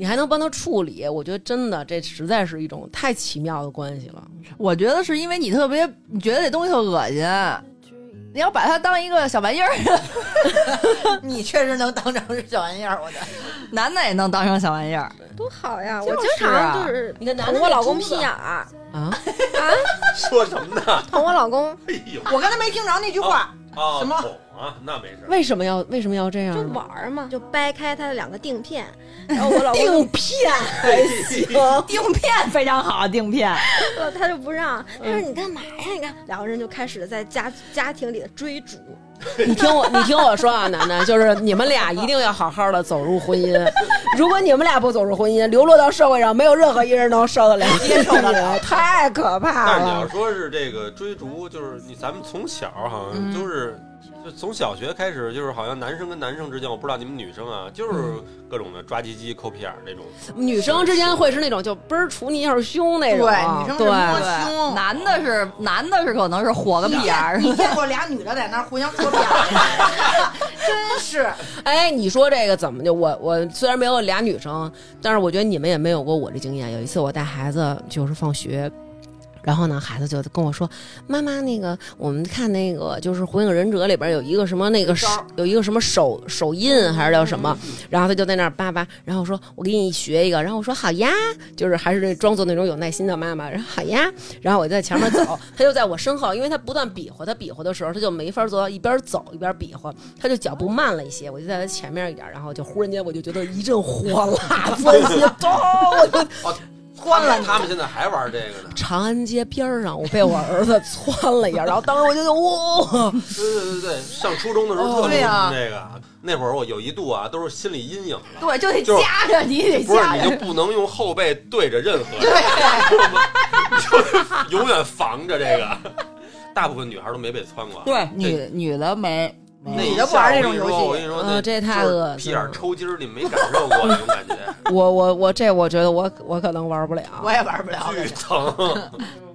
A: 你还能帮他处理，我觉得真的这实在是一种太奇妙的关系了。
D: 我觉得是因为你特别，你觉得这东西特恶心，你要把它当一个小玩意儿，
C: 你确实能当成是小玩意儿，我的。
D: 男的也能当成小玩意儿。
F: 多好呀！
D: 就
F: 我经
D: 是啊
F: 常就是
A: 你看男的
F: 捅我
A: 那
F: 老公
A: 珠
F: 屁
A: 子
F: 眼儿，
A: 啊，
B: 说什么呢？
F: 捅我老公
B: 哎呦，
C: 我刚才没听着那句话，
B: 啊，
C: 啊什么
B: 捅啊？那没事儿。
A: 为什么要为什么要这样
F: 就
A: 呢？
F: 玩儿嘛，就掰开他的两个锭片，然后我老公就
A: 定片还行，
D: 哦定片非常好，定片。
F: 呃，他就不让，他说你干嘛呀？你看，两个人就开始在家家庭里的追逐，
A: 你听我，你听我说啊，楠楠，就是你们俩一定要好好的走入婚姻。如果你们俩不走入婚姻，流落到社会上，没有任何一人能受得了， 接受得了，太可怕
B: 但是你要
A: 了。
B: 说是这个追逐，就是你咱们从小好
F: 嗯
B: 像都是，就从小学开始，就是好像男生跟男生之间，我不知道你们女生啊，
F: 嗯
B: 就是各种的抓鸡鸡、抠屁眼儿这种。
A: 女生之间会是那种就嘣儿杵你一下胸那种，啊
C: 对女生是摸
A: 对，
C: 胸。
D: 哎男的是男的是可能是
A: 哦
D: 火个
C: 你
D: 屁眼
C: 见
D: 儿，
C: 你见过俩女的在那儿互相戳屁眼 儿，真是。
A: 哎，你说这个怎么就我我虽然没有俩女生，但是我觉得你们也没有过我这经验。有一次我带孩子就是放学。然后呢，孩子就跟我说：“妈妈，那个我们看那个就是《火影忍者》里边有一个什么那个手，有一个什么手手印还是叫什么？然后他就在那儿叭叭，然后说：我给你学一个。然后我说好呀，就是还是那装作那种有耐心的妈妈。然后好呀， 然后我就在前面走，他就在我身后，因为他不断比划，他比划的时候他就没法做到一边走一边比划，他就脚步慢了一些，我就在他前面一点，然后就忽然间我就觉得一阵火 辣钻心，咚！我就
B: 关了，哦他们现在还玩这个呢。
A: 长安街边儿上，我被我儿子窜了一下，然后当时我就觉得哇，
B: 对对对对，上初中的时候
F: 哦
B: 特
C: 对
B: 流
C: 呀
F: 啊
B: 行这个。啊那会儿我有一度啊，都是心理阴影了。
D: 对，就得
B: 就是
D: 夹着你得
B: 不是，
D: 夹
B: 你就
D: 着。
B: 不能用后背对着任何人，
C: 哎
B: 知道吗你就 永远防着这个。 大部分女孩都没被窜过啊。
D: 对，
B: 这
D: 女女的没
B: 那
D: 没
B: 一
C: 女的不玩这种
B: 下
C: 游戏啊
B: 我跟你说，我跟你说，
A: 嗯
B: 那
A: 这太
B: 就是
A: 恶
B: 屁
A: 心
B: 眼
A: 了
B: 儿抽筋儿，你没感受 过那种感觉，
A: 我我我这我觉得我我可能玩不了，
C: 我也玩不了。
B: 巨 疼。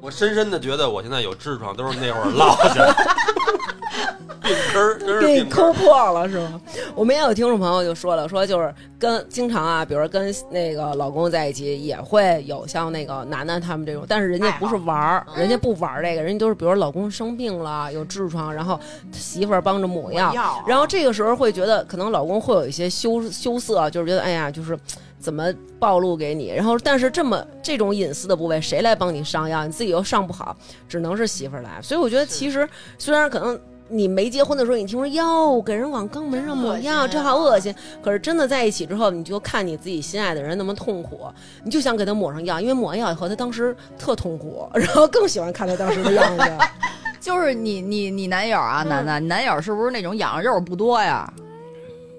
B: 我深深的觉得我现在有痔疮，都是那会儿落下的。 病根儿，真是
A: 给你
B: 病根
A: 抠
B: 儿。
A: 破了是吗？我们也有听众朋友就说了，说就是跟经常啊，比如说跟那个老公在一起，也会有像那个楠楠他们这种，但是人家不是玩儿，人家不玩儿这个，人家都是比如老公生病了有痔疮，然后媳妇儿帮着抹药
C: 抹药，
A: 然后这个时候会觉得可能老公会有一些羞羞涩，就是觉得哎呀，就是。怎么暴露给你？然后，但是这么这种隐私的部位，谁来帮你上药？你自己又上不好，只能是媳妇儿来。所以我觉得，其实虽然可能你没结婚的时候，你听说哟给人往肛门上抹药，这好恶心。可是真的在一起之后，你就看你自己心爱的人那么痛苦，你就想给他抹上药，因为抹完药以后他当时特痛苦，然后更喜欢看他当时的样子。
D: 就是你你你男友啊，男的，你男友是不是那种痒肉不多呀？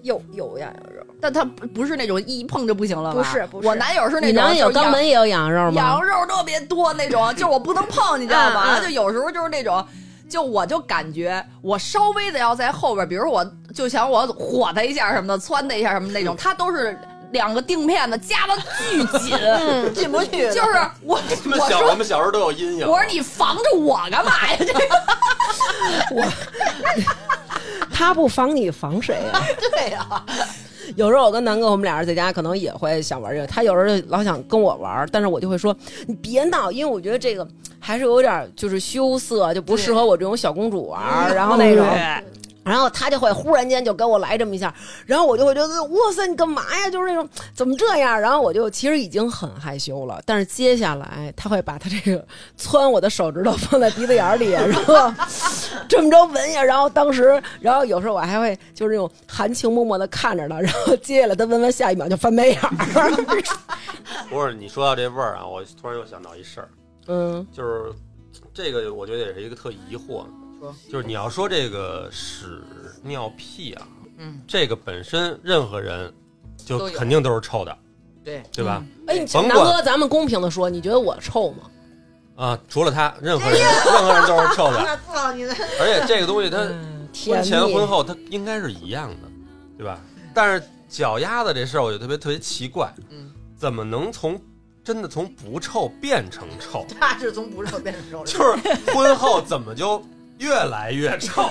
F: 有有呀有肉，
D: 但他不不是那种一碰就不行了吧？
F: 不是不是
D: 我男友 是
A: 你
D: 那种
A: 男友
D: 就是
A: 肛
D: 痒
A: 门也有羊肉吗
D: 羊？肉特别多那种，就是我不能碰，你知道
A: 嗯
D: 吗？
A: 嗯
D: 就有时候就是那种，就我就感觉我稍微的要在后边，比如我就想我火他一下什么的，窜他一下什么那种，他都是两个钉片子夹的巨紧，
C: 进不去，
D: 就是我
B: 他们
D: 我
B: 小我
D: 说
B: 们小时候都有阴影。
D: 我说你防着我干嘛呀？这个
A: 他不防你防谁啊？
C: 对呀、
L: 有时候我跟南哥，我们俩人在家可能也会想玩这个，他有时候就老想跟我玩，但是我就会说你别闹，因为我觉得这个还是有点就是羞涩，就不适合我这种小公主玩，然后那种。然后他就会忽然间就跟我来这么一下，然后我就会觉得哇塞，你干嘛呀？就是那种怎么这样？然后我就其实已经很害羞了，但是接下来他会把他这个 窜我的手指头放在鼻子眼儿里，然后这么着闻呀。然后当时，然后有时候我还会就是那种含情脉脉的看着他，然后接下来他闻完下一秒就翻白眼儿。
B: 不是你说到这味儿啊，我突然又想到一事儿，
L: 嗯，
B: 就是这个，我觉得也是一个特疑惑，就是你要说这个屎尿屁啊，
C: 嗯，
B: 这个本身任何人就
D: 都有
B: 肯定都是臭的，
C: 对嗯
B: 对吧？
L: 哎，你
B: 甭
L: 南
B: 管
L: 哥，咱们公平的说，你觉得我臭吗？
B: 啊，除了他，任何人任何人都是臭 的，
C: 我操你的！
B: 而且这个东西它
C: 嗯
L: 天
B: 婚
L: 蜜
B: 前婚后它应该是一样的，对吧？但是脚丫子这事儿我就特别特别奇怪，
C: 嗯，
B: 怎么能从真的从不臭变成臭？
C: 他是从不臭变成 肉，
B: 就是婚后怎么就越来越臭？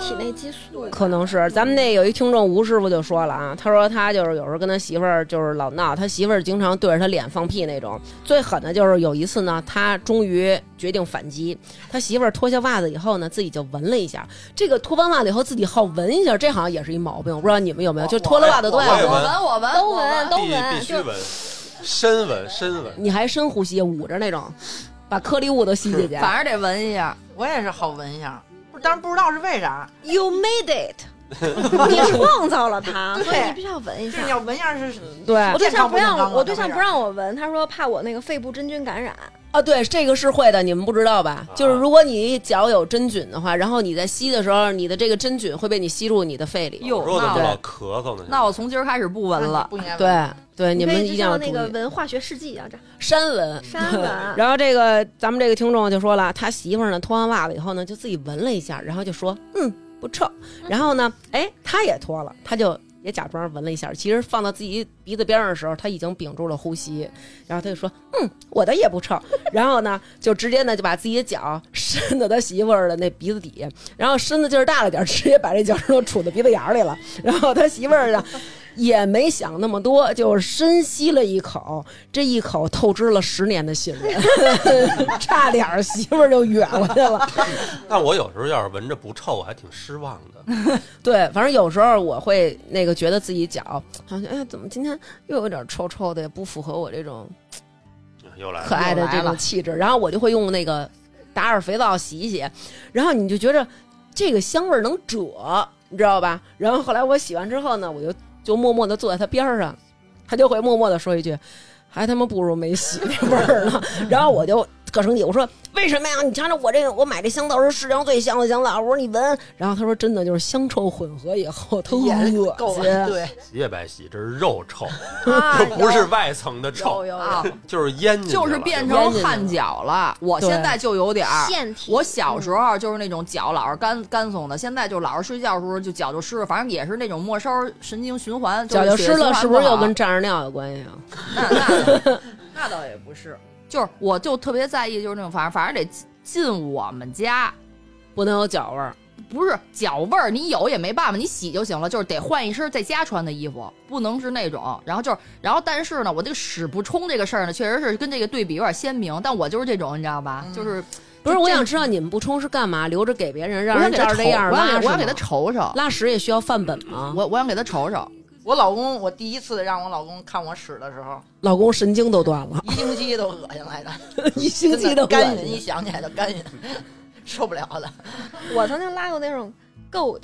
F: 体内激素。
A: 可能是咱们那有一听众吴师傅就说了啊，他说他就是有时候跟他媳妇儿就是老闹，他媳妇儿经常对着他脸放屁那种。最狠的就是有一次呢，他终于决定反击，他媳妇儿脱下袜子以后呢，自己就闻了一下。这个脱完袜子以后自己好闻一下，这好像也是一毛病，我不知道你们有没有？就脱了袜子都
B: 我
A: 要
B: 也
D: 哦我
A: 闻。
B: 闻
D: 闻我闻
F: 都
D: 我
F: 闻都
B: 必
F: 闻，
B: 必须
F: 就
B: 闻，深闻深闻。
A: 你还深呼吸，捂着那种，把颗粒物都吸进去。
D: 反正得闻一下。
C: 我也是好闻一下，不是，但是不知道是为啥，
F: You made it，你 创造了它，所以你必须要闻一
C: 就是
F: 下
C: 你。要闻一下是
A: 对
F: 我对象不
C: 健康不健康
F: 让
C: 啊
F: 我，我对象
C: 这玩意儿
F: 不让我闻，他说怕我那个肺部真菌感染。
A: 啊，对，这个是会的，你们不知道吧？就是如果你脚有真菌的话，然后你在吸的时候，你的这个真菌会被你吸入你的肺里。
B: 我
D: 哟，
B: 说我怎
D: 那
B: 么老
D: 我
B: 咳嗽呢？
D: 那我从今儿开始不闻了。
C: 不应该闻。
A: 对对，你
F: 可
A: 们
F: 以
A: 一定
F: 就
A: 要
F: 像
A: 注
F: 那个
A: 意
F: 闻化学试剂一啊样，这样
A: 删文。。
F: 删闻
A: 嗯然后这个咱们这个听众就说了，他媳妇儿呢脱完袜子以后呢，就自己闻了一下，然后就说嗯不臭。然后呢，哎，他也脱了，他就也假装闻了一下。其实放到自己鼻子边上的时候，他已经屏住了呼吸，然后他就说嗯我的也不臭。 然后呢，就直接呢就把自己的脚伸到他媳妇儿的那鼻子底下，然后身子劲儿大了点儿，直接把这脚趾头杵到鼻子眼儿里了。然后他媳妇儿呢。也没想那么多，就深吸了一口，这一口透支了十年的信任， 差点儿媳妇儿就远过去了。
B: 但我有时候要是闻着不臭，我还挺失望的。
A: 对，反正有时候我会那个觉得自己脚好像哎呀，怎么今天又有点臭臭的，也不符合我这种
B: 又来
A: 可
B: 了，
A: 爱的这种气质。然后我就会用那个打耳肥皂洗一洗，然后你就觉着这个香味儿能褶，你知道吧？然后后来我洗完之后呢，我就就默默的坐在他边儿上，他就会默默的说一句：“还他妈不如没洗那味儿呢。”然后我就。特生气，我说为什么呀？你尝尝我这个，我买这香皂是世界上最香的香皂。我说你闻，然后他说真的就是香臭混合以后特恶
C: 也
A: 心，
C: 够了，对，
B: 洗也白洗，这是肉臭，
D: 啊
B: 这不是外层的
F: 有
B: 臭，
F: 有
D: 啊
F: 有，
B: 就是腌进去了
D: 就是变成汗脚了。我现在就有点儿。
M: 腺体。
D: 我小时候就是那种脚老是干干松的，现在就老是睡觉的时候就脚就湿了，反正也是那种末梢神经循环，
A: 脚就
D: 就
A: 湿了，是不是又
D: 又
A: 跟站着尿有关系啊？
D: 那 那那倒也不是，就是我就特别在意，就是那种反正反正得进我们家，
A: 不能有脚味儿。
D: 不是脚味儿，你有也没办法，你洗就行了，就是得换一身在家穿的衣服，不能是那种。然后就是，然后但是呢，我这个屎不冲这个事儿呢，确实是跟这个对比有点鲜明，但我就是这种，你知道吧？
C: 嗯
D: 就是
A: 不是，
D: 就
A: 我
D: 这
A: 想知道你们不冲是干嘛？留着给别人，让
D: 我想
A: 人
D: 给
A: 照
D: 他
A: 着
D: 瞅，
A: 这样
D: 我
A: 拉
D: 想给我想
A: 是
D: 给
A: 吗
D: 他瞅瞅，
A: 拉屎也需要范本吗？
D: 我我想给他瞅瞅，
C: 我老公，我第一次让我老公看我屎的时候，
A: 老公神经都断了，
C: 一星期都恶心来着，
A: 一星期都
C: 干
A: 干
C: 瘾，一想起来就干瘾，受不了了。
F: 嗯我曾经拉过那种 gold，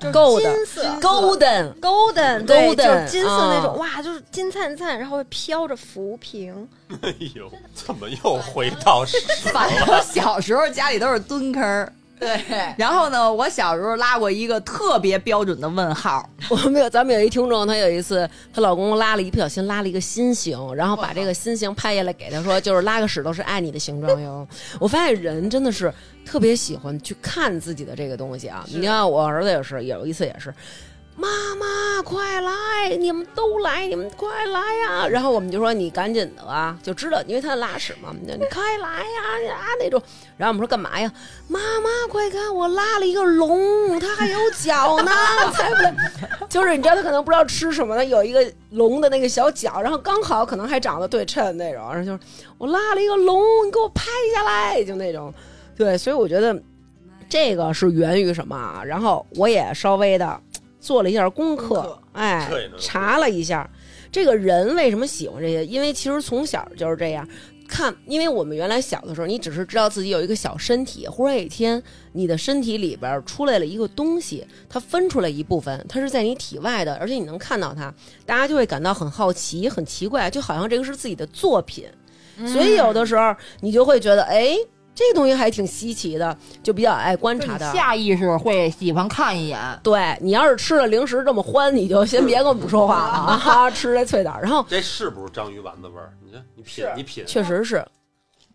F: 就是
A: 够的
F: 金色
A: golden。
F: golden，对，就
A: golden，
F: 是金色那
A: 啊
F: 种，哇，就是金灿灿，然后飘着浮萍，
B: 哎呦，怎么又回到屎？
D: 反正小时候家里都是蹲坑 儿。
C: 对，
D: 然后呢，我小时候拉过一个特别标准的问号，
A: 我们有咱们有一听众，她有一次她老公拉了一不小心拉了一个心形，然后把这个心形拍下来给她说，就是拉个屎都是爱你的形状哟。 我发现人真的是特别喜欢去看自己的这个东西啊。你看我儿子也是，有一次也是。妈妈快来，你们都来，你们快来呀！然后我们就说你赶紧的吧，就知道，因为他拉屎嘛，我们就你快来呀呀那种。然后我们说干嘛呀？妈妈快看，我拉了一个龙，它还有脚呢， 才不来。 就是你知道他可能不知道吃什么呢，有一个龙的那个小脚，然后刚好可能还长得对称那种，然后就是我拉了一个龙，你给我拍下来，就那种。对，所以我觉得这个是源于什么啊？然后我也稍微的做了一下功课，
C: 功课
A: 哎
B: 这也能，
A: 查了一下这个人为什么喜欢这些，因为其实从小就是这样。看，因为我们原来小的时候，你只是知道自己有一个小身体，忽然有一天，你的身体里边出来了一个东西，它分出来一部分，它是在你体外的，而且你能看到它，大家就会感到很好奇、很奇怪，就好像这个是自己的作品。
D: 嗯
A: 所以有的时候你就会觉得，哎，这个东西还挺稀奇的，就比较爱观
D: 就
A: 察
D: 你
A: 它。
D: 下意识会喜欢看一眼，
A: 对你要是吃了零食这么欢，你就先别跟我们说话了啊！吃这脆点儿，然后
B: 这是不是章鱼丸子味儿？你看，你品，你品，
A: 确实是，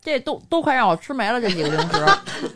D: 这都都快让我吃没了这几个零 食。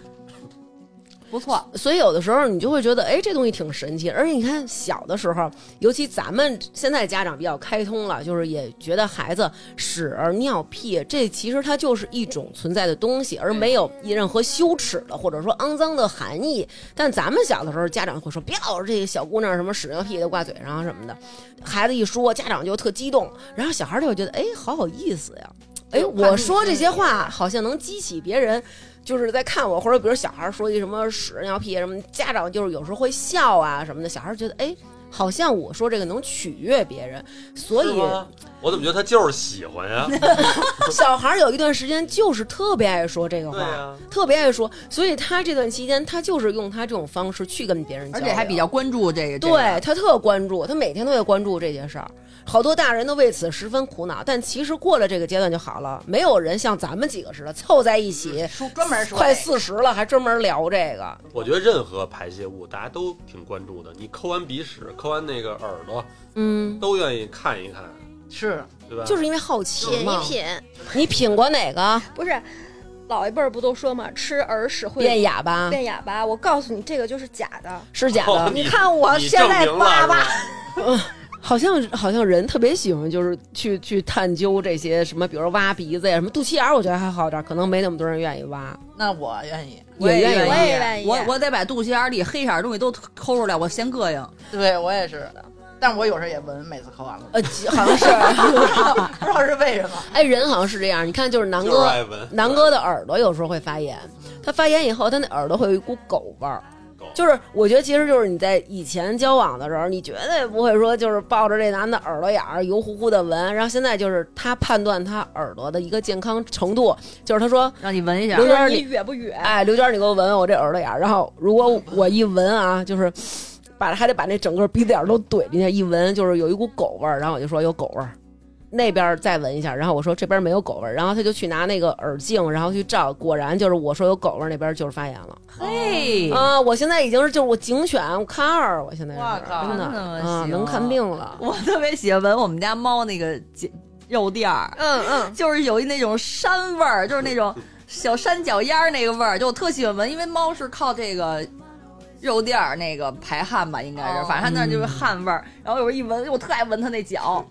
D: 不错，
A: 所以有的时候你就会觉得，哎，这东西挺神奇。而且你看，小的时候，尤其咱们现在家长比较开通了，就是也觉得孩子屎、尿、屁，这其实它就是一种存在的东西，而没有任何羞耻的或者说肮脏的含义。但咱们小的时候，家长会说，不要这个小姑娘什么屎、尿、屁都挂嘴上什么的，孩子一说，家长就特激动，然后小孩就会觉得，哎，好有意思呀。哎，我说这些话好像能激起别人，就是在看我，或者比如小孩说一什么屎尿屁什么，家长就是有时候会笑啊什么的，小孩觉得哎，好像我说这个能取悦别人，所以
B: 是吗我怎么觉得他就是喜欢呀？
A: 小孩有一段时间就是特别爱说这个
B: 对啊
A: 话，
B: 呀，
A: 特别爱说，所以他这段期间他就是用他这种方式去跟别人交
D: 而
A: 流，
D: 且还比较关注这个。这个
A: 对他特关注，他每天都在关注这件事儿。好多大人都为此十分苦恼，但其实过了这个阶段就好了。没有人像咱们几个似的凑在一起，
C: 说专门说
A: 快
C: 这
A: 四
C: 个
A: 十了还专门聊这个。
B: 我觉得任何排泄物大家都挺关注的，你抠完鼻屎，抠完那个耳朵，
A: 嗯，
B: 都愿意看一看，
C: 是
B: 对吧？
A: 就是因为好奇
N: 品
A: 嘛
N: 一。品，
A: 你品过哪个？
F: 不是，老一辈儿不都说嘛，吃耳屎会
A: 变哑巴
F: 变哑巴。我告诉你，这个就是假的。
A: 是假
B: 哦
A: 的，
B: 你
F: 看我
B: 你
F: 现在
B: 证明了
F: 叭
B: 是吧
F: 叭，
A: 好像好像人特别喜欢就是去去探究这些什么，比如挖鼻子呀什么肚脐眼，儿，我觉得还好点儿，可能没那么多人愿意挖。
D: 那我愿意，
A: 我也愿意
F: 我也愿意
D: 我我得把肚脐眼里黑色的东西都抠出来，我嫌膈应。
C: 对我也是的，但我有时候也闻，每次抠完了，
A: 呃，好像是，
C: 不知道是为什么。
A: 哎，人好像是这样。你看，就是南
B: 就是
A: 哥，
B: 爱闻
A: 南哥的耳朵有时候会发炎，他发炎以后，他那耳朵会有一股狗味儿
B: 狗。
A: 就是我觉得，其实就是你在以前交往的时候，你绝对不会说就是抱着这男的耳朵眼儿油乎乎的闻，然后现在就是他判断他耳朵的一个健康程度，就是他说
D: 让你闻一下
A: 刘，
F: 就
A: 娟儿
F: 是你
A: 你
F: 远不远？
A: 哎刘娟儿你给我闻闻我这耳朵眼儿，然后如果我一闻啊，就是把还得把那整个鼻子眼儿都怼进去，一闻就是有一股狗味儿，然后我就说有狗味儿。那边再闻一下，然后我说这边没有狗味儿，然后他就去拿那个耳镜，然后去照，果然就是我说有狗味儿，那边就是发炎了。
D: 嘿，
A: 啊，我现在已经是就是我警犬我看二，我现在是
C: 哇靠
A: 真的
D: 那么
A: 啊，
D: 行
A: 能看病了。
D: 我特别喜欢闻我们家猫那个脚肉垫 儿，
F: 嗯嗯，
D: 就是有一那种膻味儿，就是那种小山脚丫儿那个味儿，就我特喜欢闻，因为猫是靠这个肉垫儿那个排汗吧，应该是，
C: 哦
D: 反正它那就是汗味儿。然后有时候一闻，我特爱闻它那脚，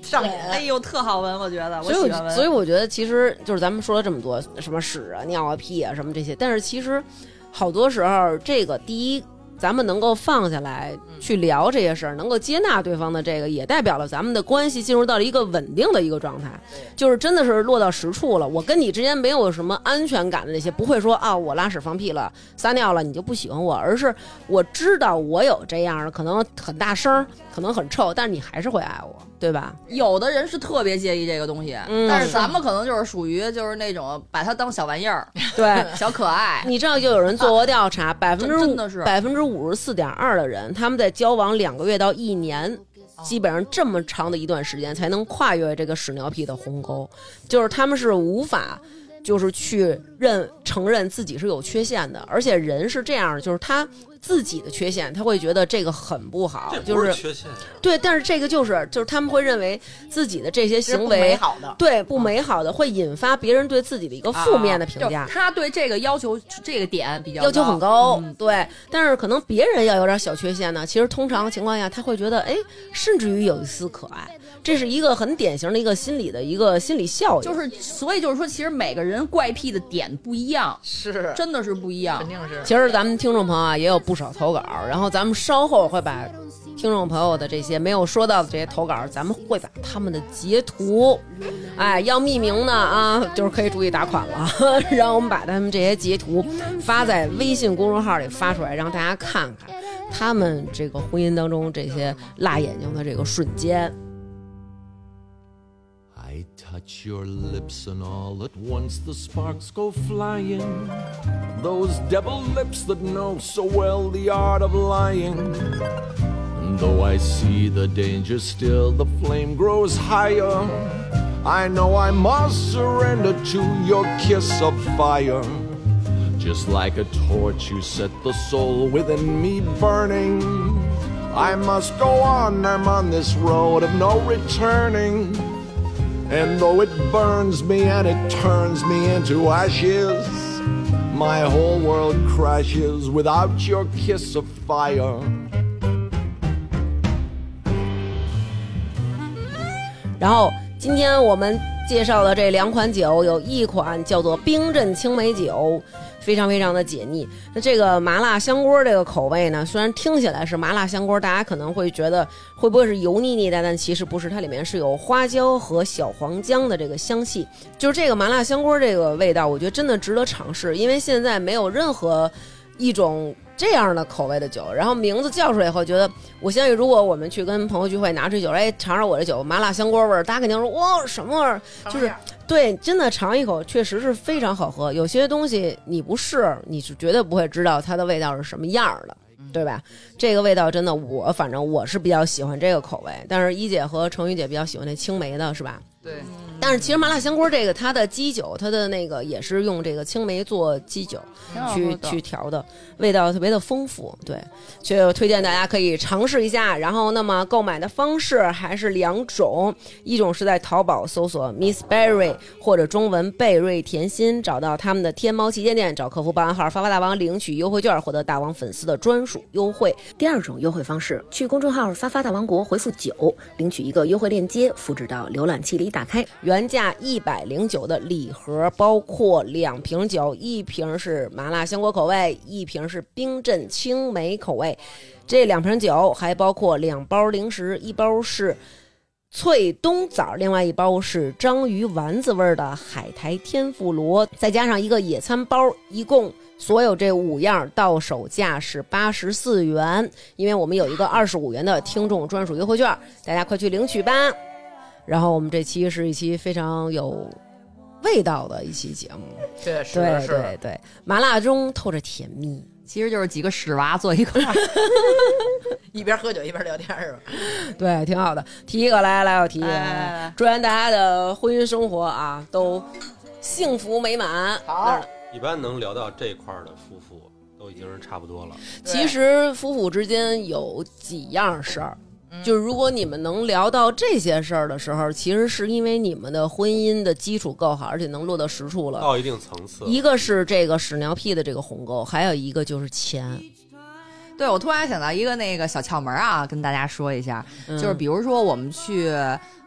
C: 上瘾
D: 哎呦，特好闻，我觉得，我
A: 所以
D: 喜欢
A: 我，
D: 闻。
A: 所以我觉得其实就是咱们说了这么多什么屎啊、尿啊、屁啊什么这些，但是其实好多时候这个第一，咱们能够放下来
D: 嗯
A: 去聊这些事儿，能够接纳对方的这个，也代表了咱们的关系进入到了一个稳定的一个状态，就是真的是落到实处了。我跟你之间没有什么安全感的那些，不会说啊我拉屎放屁了、撒尿了你就不喜欢我，而是我知道我有这样的，可能很大声儿，可能很臭，但是你还是会爱我，对 吧？
D: 有的人是特别介意这个东西，
A: 嗯
D: 但是咱们可能就是属于就是那种把它当小玩意儿、
A: 对。
D: 小可爱。
A: 你知道，就有人做过调查，百分之
D: 啊真的是
A: 百分之五十四点二的人，他们在交往两个月到一年，
D: 哦
A: 基本上这么长的一段时间才能跨越这个屎尿屁的鸿沟，就是他们是无法。就是去认承认自己是有缺陷的，而且人是这样的，就是他自己的缺陷，他会觉得这个很不好，
B: 这
A: 就
B: 不
A: 是
B: 缺陷啊呀。
A: 对，但是这个就是就是他们会认为自己的这些
C: 这是
A: 行
C: 不美
A: 为
C: 好的，
A: 对不美好的，会引发别人对自己的一个负面的评
D: 啊就
A: 价。
D: 他对这个要求这个点比较
A: 要求很高，
D: 嗯
A: 对，但是可能别人要有点小缺陷呢。其实通常情况下，他会觉得，哎，甚至于有一丝可爱，这是一个很典型的一个心理的一个心理效应。
D: 就是所以就是说，其实每个人怪癖的点不一样，
C: 是
D: 真的是不一样
C: 肯。定是。
A: 其实咱们听众朋友啊也有不少投稿，然后咱们稍后会把听众朋友的这些没有说到的这些投稿，咱们会把他们的截图，哎，要匿名的啊，就是可以注意打款了， 然后我们把他们这些截图发在微信公众号里发出来，让大家看看他们这个婚姻当中这些辣眼睛的这个瞬间。
O: I touch your lips, and all at once the sparks go flying. Those devil lips that know so well the art of lying. And though I see the danger, still the flame grows higher. I know I must surrender to your kiss of fire. Just like a torch, you set the soul within me burning. I must go on, I'm on this road of no returning. And though it burns me and it turns me into ashes, my whole world crashes without your kiss of fire.
A: 然后今天我们介绍的这两款酒，有一款叫做冰镇青梅酒，非常非常的解腻。那这个麻辣香锅这个口味呢，虽然听起来是麻辣香锅，大家可能会觉得会不会是油腻腻的，但其实不是，它里面是有花椒和小黄姜的这个香气。就是这个麻辣香锅这个味道，我觉得真的值得尝试，因为现在没有任何一种。这样的口味的酒，然后名字叫出来以后，觉得我相信，如果我们去跟朋友聚会，拿出一酒来，哎，尝尝我这酒麻辣香锅味儿，大家肯定说哇什么味儿？就是对，真的尝一口，确实是非常好喝。有些东西你不试，你是绝对不会知道它的味道是什么样儿的，对吧？这个味道真的我，反正我是比较喜欢这个口味，但是一姐和程雨姐比较喜欢那青梅的，是吧？
D: 对，
A: 但是其实麻辣香锅这个它的基酒，它的那个也是用这个青梅做基酒去去调的，味道特别的丰富。对，所以我推荐大家可以尝试一下。然后，那么购买的方式还是两种，一种是在淘宝搜索 Miss Berry 或者中文贝瑞甜心，找到他们的天猫旗舰店，找客服报暗号“发发大王”领取优惠券，获得大王粉丝的专属优惠。
E: 第二种优惠方式，去公众号“发发大王国”回复“九”，领取一个优惠链接，复制到浏览器里打开。
A: 原价一百零九的礼盒，包括两瓶酒，一瓶是麻辣香锅口味，一瓶是冰镇青梅口味。这两瓶酒还包括两包零食，一包是脆冬枣，另外一包是章鱼丸子味儿的海苔天妇罗，再加上一个野餐包，一共。所有这五样到手价是八十四元，因为我们有一个二十五元的听众专属优惠券，大家快去领取吧。然后我们这期是一期非常有味道的一期节目，
C: 确实
A: 对对对，麻辣中透着甜蜜。
D: 其实就是几个屎娃坐 一块儿，
C: 一边喝酒一边聊天是吧？
A: 对，挺好的。提一个，来哎来，我提一个，
D: 来来来来
A: 祝愿大家的婚姻生活啊都幸福美满。
C: 好，
B: 一般能聊到这块儿的夫妇，都已经是差不多了。
A: 其实夫妇之间有几样事儿，就是如果你们能聊到这些事儿的时候，其实是因为你们的婚姻的基础够好，而且能落到实处了。
B: 到一定层次，
A: 呃一个是这个屎尿屁的这个鸿沟，还有一个就是钱，
D: 对我突然想到一个那个小窍门啊，跟大家说一下，
A: 嗯
D: 就是比如说我们去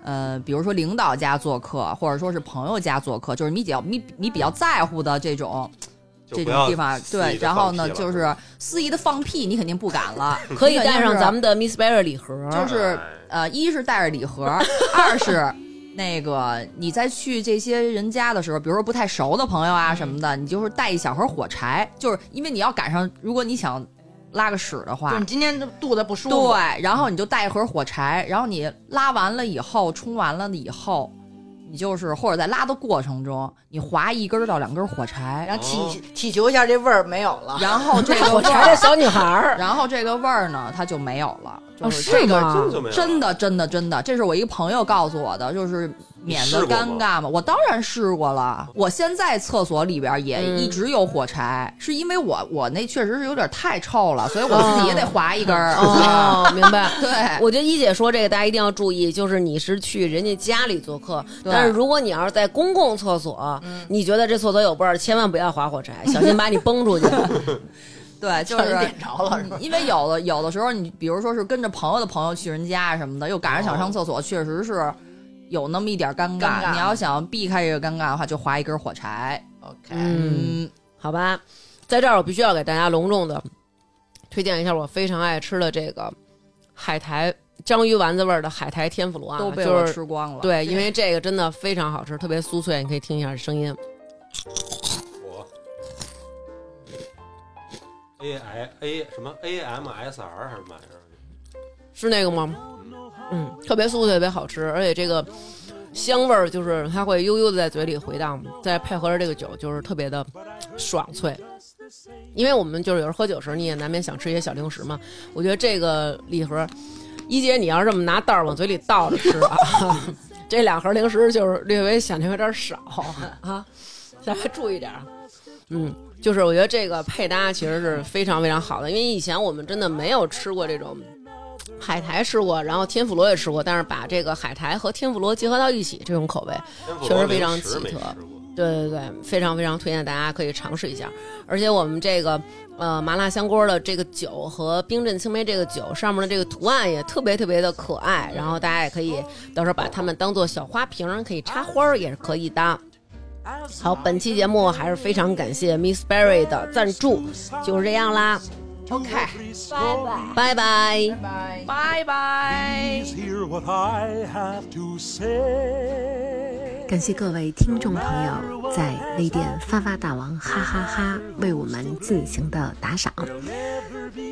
D: 呃，比如说领导家做客，或者说是朋友家做客，就是你比较你你比较在乎的这种
B: 就
D: 这
B: 不
D: 种
B: 要
D: 地方，
B: 肆意地
D: 对，然后呢
B: 放屁
D: 就
B: 了
D: 是肆意的放屁，你肯定不敢了，
A: 可以带
D: 你肯定
A: 上
D: 是啊
A: 咱们的 Miss Berry 礼盒。
D: 就是呃，一是带着礼盒，二是那个你在去这些人家的时候，比如说不太熟的朋友啊什么的，你就是带一小盒火柴，就是因为你要赶上，如果你想拉个屎的
C: 就是
D: 话
C: 你。今天肚子不舒服，
D: 啊对，然后你就带一盒火柴，然后你拉完了以后，冲完了以后，你就是或者在拉的过程中，你划一根儿到两根儿火柴，
C: 然后体体球一下这味儿没有了，
D: 然后这个
A: 我
D: 味
A: 查这
D: 儿，
A: 小女孩儿，哦
D: 然后这个味儿呢，它就没有了， 就
B: 是
D: 这个
B: 吗真的就没有
D: 真的真的真的，这是我一个朋友告诉我的，就是免
B: 你
D: 得
B: 试过
D: 尴
B: 吗
D: 尬嘛。我当然试过了，我现在厕所里边也
A: 嗯
D: 一直有火柴，是因为我我那确实是有点太臭了，所以我自己也得划一根儿。
A: 哦， 明白。
D: 对，
A: 我觉得一姐说这个大家一定要注意，就是你是去人家家里做客，
D: 对嗯
A: 但是如果你要是在公共厕所，你觉得这厕所有味儿，千万不要划火柴，小心把你崩出去。
D: 对，就
H: 让
D: 是嗯
H: 人点着了是吧？
D: 因为有的有的时候，你比如说是跟着朋友的朋友去人家什么的，又赶上想
B: 哦
D: 上厕所，确实是有那么一点尴尬。
H: 尴尬
D: 你要想避开这个尴尬的话，就划一根火柴。OK，
A: 嗯，好吧，在这儿我必须要给大家隆重的推荐一下我非常爱吃的这个海苔章鱼丸子味儿的海苔天妇罗啊，
D: 都被
A: 就
D: 我
A: 是
D: 吃光了。
A: 对，因为这个真的非常好吃，特别酥脆，你可以听一下声音。
B: 我 A I A 什么 A M S R 还是什么玩意儿？
A: 是那个吗？嗯，特别酥脆，特别好吃，而且这个香味儿就是它会悠悠的在嘴里回荡，再配合着这个酒，就是特别的爽脆。因为我们就是有时候喝酒时，你也难免想吃一些小零食嘛。我觉得这个礼盒，一姐你要是这么拿袋儿往嘴里倒着吃啊， 这两盒零食就是略微显得有点少啊，下回注意点儿。嗯，就是我觉得这个配搭其实是非常非常好的，因为以前我们真的没有吃过这种海苔吃过，然后天妇罗也吃过，但是把这个海苔和天妇罗结合到一起，这种口味，
B: 天妇
A: 确
B: 罗
A: 实非常
B: 零食
A: 奇
B: 没
A: 特
B: 吃过
A: 对对对，非常非常推荐大家可以尝试一下。而且我们这个呃麻辣香锅的这个酒和冰镇青梅这个酒上面的这个图案也特别特别的可爱，然后大家也可以到时候把它们当做小花瓶儿，可以插花儿也是可以的。好，本期节目还是非常感谢 Miss Berry 的赞助，就是这样啦，
D: OK，
A: 拜拜。
D: 拜拜。
O: hear what I have to say.
E: 感谢各位听众朋友在微店发发大王哈哈哈为我们进行的打赏。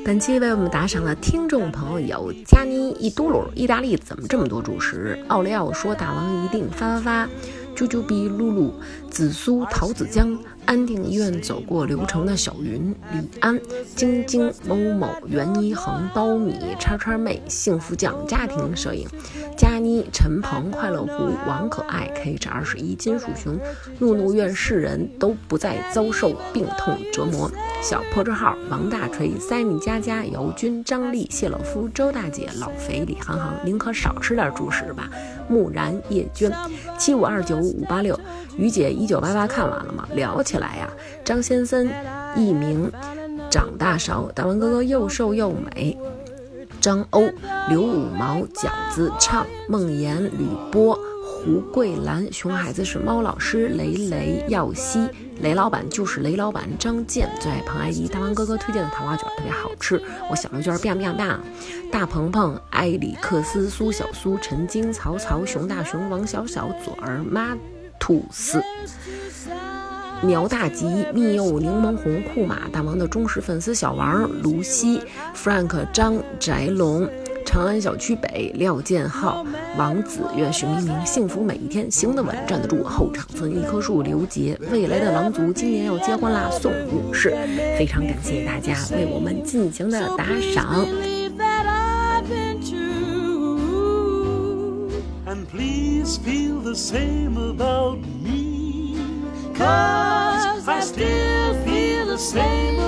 E: 本期为我们打赏的听众朋友有佳妮一嘟噜，意大利怎么这么多主食？奥利奥说大王一定发发发，啾啾逼露露，紫苏桃子江，安定医院走过流程的小云，李安，晶晶某某袁一恒苞米叉叉妹，幸福酱家庭摄影。佳妮、陈鹏、快乐狐、王可爱、KH 二十一、金属熊、怒怒愿世人都不再遭受病痛折磨。小破折号、王大锤、塞米佳佳、姚军、张丽、谢老夫、周大姐、老肥、李航航，宁可少吃点主食吧。木然、叶娟、七五二九五八六、于姐一九八八看完了吗？聊起来呀、张先森、佚名、长大勺、大文哥哥又瘦又美。张欧、刘五毛、饺子唱、梦妍、吕波、胡桂兰、熊孩子是猫老师、雷雷、耀西、雷老板就是雷老板、张健最爱彭艾迪，大王哥哥推荐的桃花卷特别好吃，我小刘卷儿 biang biang biang，大鹏鹏、埃里克斯、苏小苏、陈晶、曹操、熊大熊、王小小、左儿、妈兔四。苗大吉、蜜柚、柠檬红、库马、大王的忠实粉丝小王、卢西、Frank、张宅龙、长安小区北、廖建浩、王子，愿许明明幸福每一天，行得稳，站得住，后场村一棵树，刘杰，未来的狼族今年要结婚啦，宋武士，非常感谢大家为我们进行的打赏。
O: And please feel the same about me. Cause I still feel the same